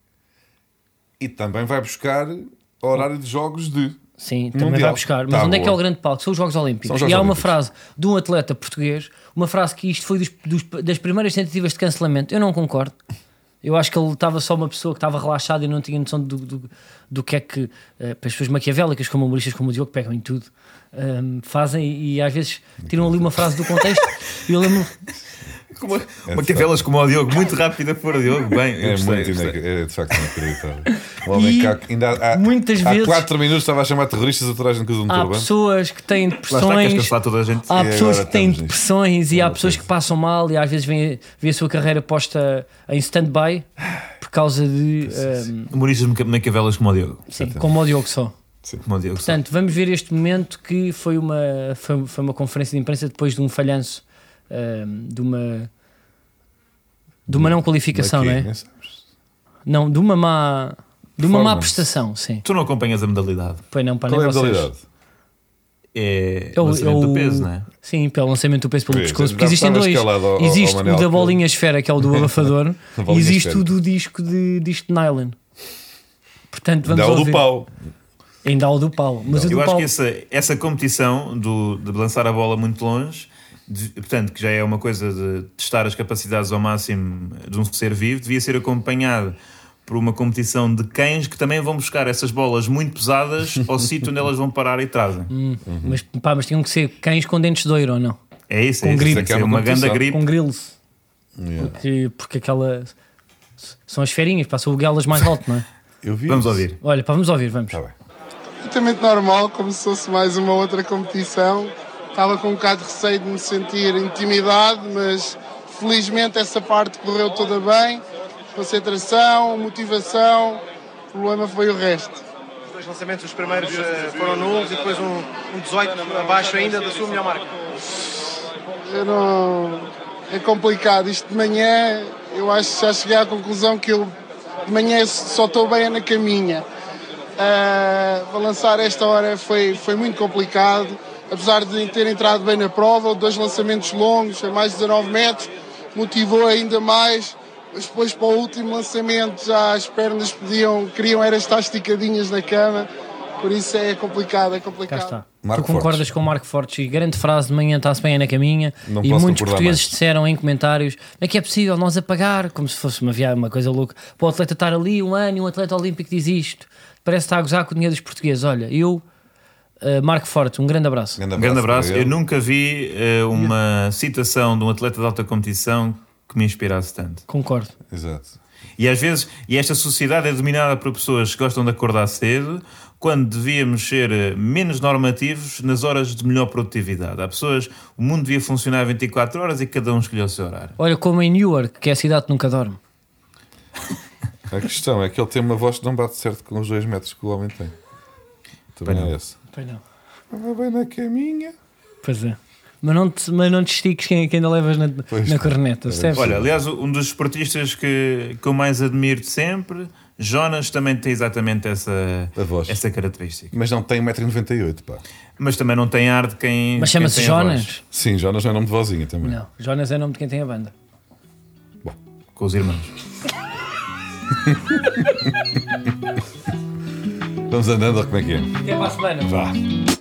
B: E também vai buscar horário de jogos de.
A: Sim, também
B: Mundial.
A: vai buscar. Mas
B: Tá
A: onde é
B: boa.
A: que é o grande palco? São os Jogos Olímpicos.
B: São os Jogos
A: e há
B: Olímpicos.
A: uma frase de um atleta português, uma frase que isto foi dos- dos- das primeiras tentativas de cancelamento. Eu não concordo. Eu acho que ele estava só uma pessoa que estava relaxada e não tinha noção do, do, do que é que eh, para as pessoas maquiavélicas, como humoristas como o Diogo, que pegam em tudo, ehm, fazem e, às vezes tiram ali uma frase do contexto. e eu lembro
C: Como, é- uma cavelas como o Diogo, muito rápida fora Diogo. Bem, eu
B: É
C: gostei,
B: muito
C: gostei.
B: inacreditável. É de facto inacreditável. Um homem
A: E
B: que há, ainda há, há-
A: muitas
B: há
A: vezes- Ah,
B: 4 minutos estava a chamar terroristas a toda a gente que usa um
A: há
B: turbante.
A: pessoas que têm
C: Lá está, queres
A: depressões.
C: cancelar toda a gente.
B: E
A: Há
B: agora
A: pessoas que têm
B: estamos nisto.
A: depressões e há pessoas que passam mal e às vezes vê, vê a sua carreira posta em stand-by por causa de.
B: é,
A: ehm,
C: Humoristas meca- maquiavelas como o Diogo.
A: sim, como o Diogo só.
C: Como o Diogo.
A: Portanto, vamos ver este momento que foi uma, foi, foi uma conferência de imprensa depois de um falhanço ehm, de uma. de uma não qualificação,
B: Aqui,
A: não é?
B: nem sabes.
A: Não, de uma má. De uma má
B: né? Performance.
A: prestação, sim.
C: Tu não acompanhas a modalidade.
A: Pois não, para
B: Qual é
A: nem
B: a
A: vocês.
B: modalidade?
C: É
A: É
C: o
A: o-
C: lançamento
A: é o-
C: do peso, não é?
A: Sim, pelo lançamento do peso pelo
B: Pois,
A: pescoço,
B: já
A: porque existem
B: estava
A: dois.
B: escalado ao- ao
A: existe
B: Manel,
A: o da
B: que-
A: bolinha esfera, que é o do abafador, e
B: Bolinha
A: existe
B: esfera.
A: o do disco de disco de nylon. Portanto, vamos
B: Dá o do
A: ouvir.
B: pau.
A: Ainda há o do pau. Mas o do
C: Eu acho
A: pau
C: que essa, essa competição do, de lançar a bola muito longe, de- portanto, que já é uma coisa de testar as capacidades ao máximo de um ser vivo, devia ser acompanhado por uma competição de cães que também vão buscar essas bolas muito pesadas ao sítio onde elas vão parar e trazem.
A: Hum. mas, pá, mas tinham que ser cães com dentes de ouro ou não?
C: É isso, é,
A: Com
C: isso,
A: gripe.
C: tem que ser uma grande
B: Competição.
C: gripe.
A: Com grilos. Porque, porque aquela. São as ferinhas, pá, são o guelas mais alto, não é?
B: Eu vi
C: Vamos
B: isso.
C: ouvir.
A: Olha, pá, vamos ouvir, vamos.
B: Tá bem.
D: completamente normal, como se fosse mais uma outra competição. Estava com um bocado de receio de me sentir intimidade, mas felizmente essa parte correu toda bem. Concentração, motivação, o problema foi o resto.
E: Os dois lançamentos, os primeiros eh, foram nulos e depois um, um 18 abaixo ainda da sua melhor marca.
D: Eu não... É complicado. Isto de manhã, eu acho que já cheguei à conclusão que eu de manhã só estou bem é na caminha. Ah, balançar esta hora foi, foi muito complicado. Apesar de ter entrado bem na prova, dois lançamentos longos, a mais de 19 metros, motivou ainda mais. Mas depois para o último lançamento já as pernas pediam, queriam era estar esticadinhas na cama. Por isso é complicado, é
A: Cá
D: complicado.
A: está.
B: Marco
A: tu concordas
B: Fortes.
A: com o Marco Fortes e grande frase de manhã está-se bem é na caminha
B: Não
A: e
B: posso
A: muitos
B: concordar
A: portugueses
B: mais.
A: disseram em comentários é que é possível nós apagar como se fosse uma viagem, uma coisa louca para o atleta estar ali um ano e um atleta olímpico diz isto parece que está a gozar com o dinheiro dos portugueses olha, eu, eh, Marco Fortes um grande abraço
B: Grande
C: Um grande
B: abraço
C: abraço.
B: para ele.
C: Eu nunca vi eh, uma citação de um atleta de alta competição que me inspirasse tanto.
A: concordo
B: Exato.
C: E às vezes, e esta sociedade é dominada por pessoas que gostam de acordar cedo, quando devíamos ser eh, menos normativos nas horas de melhor produtividade. Há pessoas, o mundo devia funcionar 24 horas e cada um escolheu o seu horário.
A: olha como em Newark, que é a cidade que nunca dorme
B: A questão é que ele tem uma voz que não bate certo com os dois metros que o homem tem. Também é essa.
A: pois não
B: Estava bem na caminha.
A: pois é mas não te, mas não te estiques que, que ainda levas na,
B: Pois
A: na
B: não.
A: corneta percebes?
C: Olha, aliás, um dos esportistas que, que eu mais admiro de sempre, Jonas, também tem exatamente essa,
B: A voz.
C: essa característica.
B: Mas não tem 1,98m, pá.
C: Mas também não tem ar de quem.
A: mas
C: quem
A: chama-se
C: tem a voz.
A: Jonas?
B: Sim, Jonas não é nome de vozinha também.
A: não, Jonas é o nome de quem tem a banda
C: Com os irmãos.
B: Vamos andando, é ou como é que é?
A: até para a semana
B: Vá.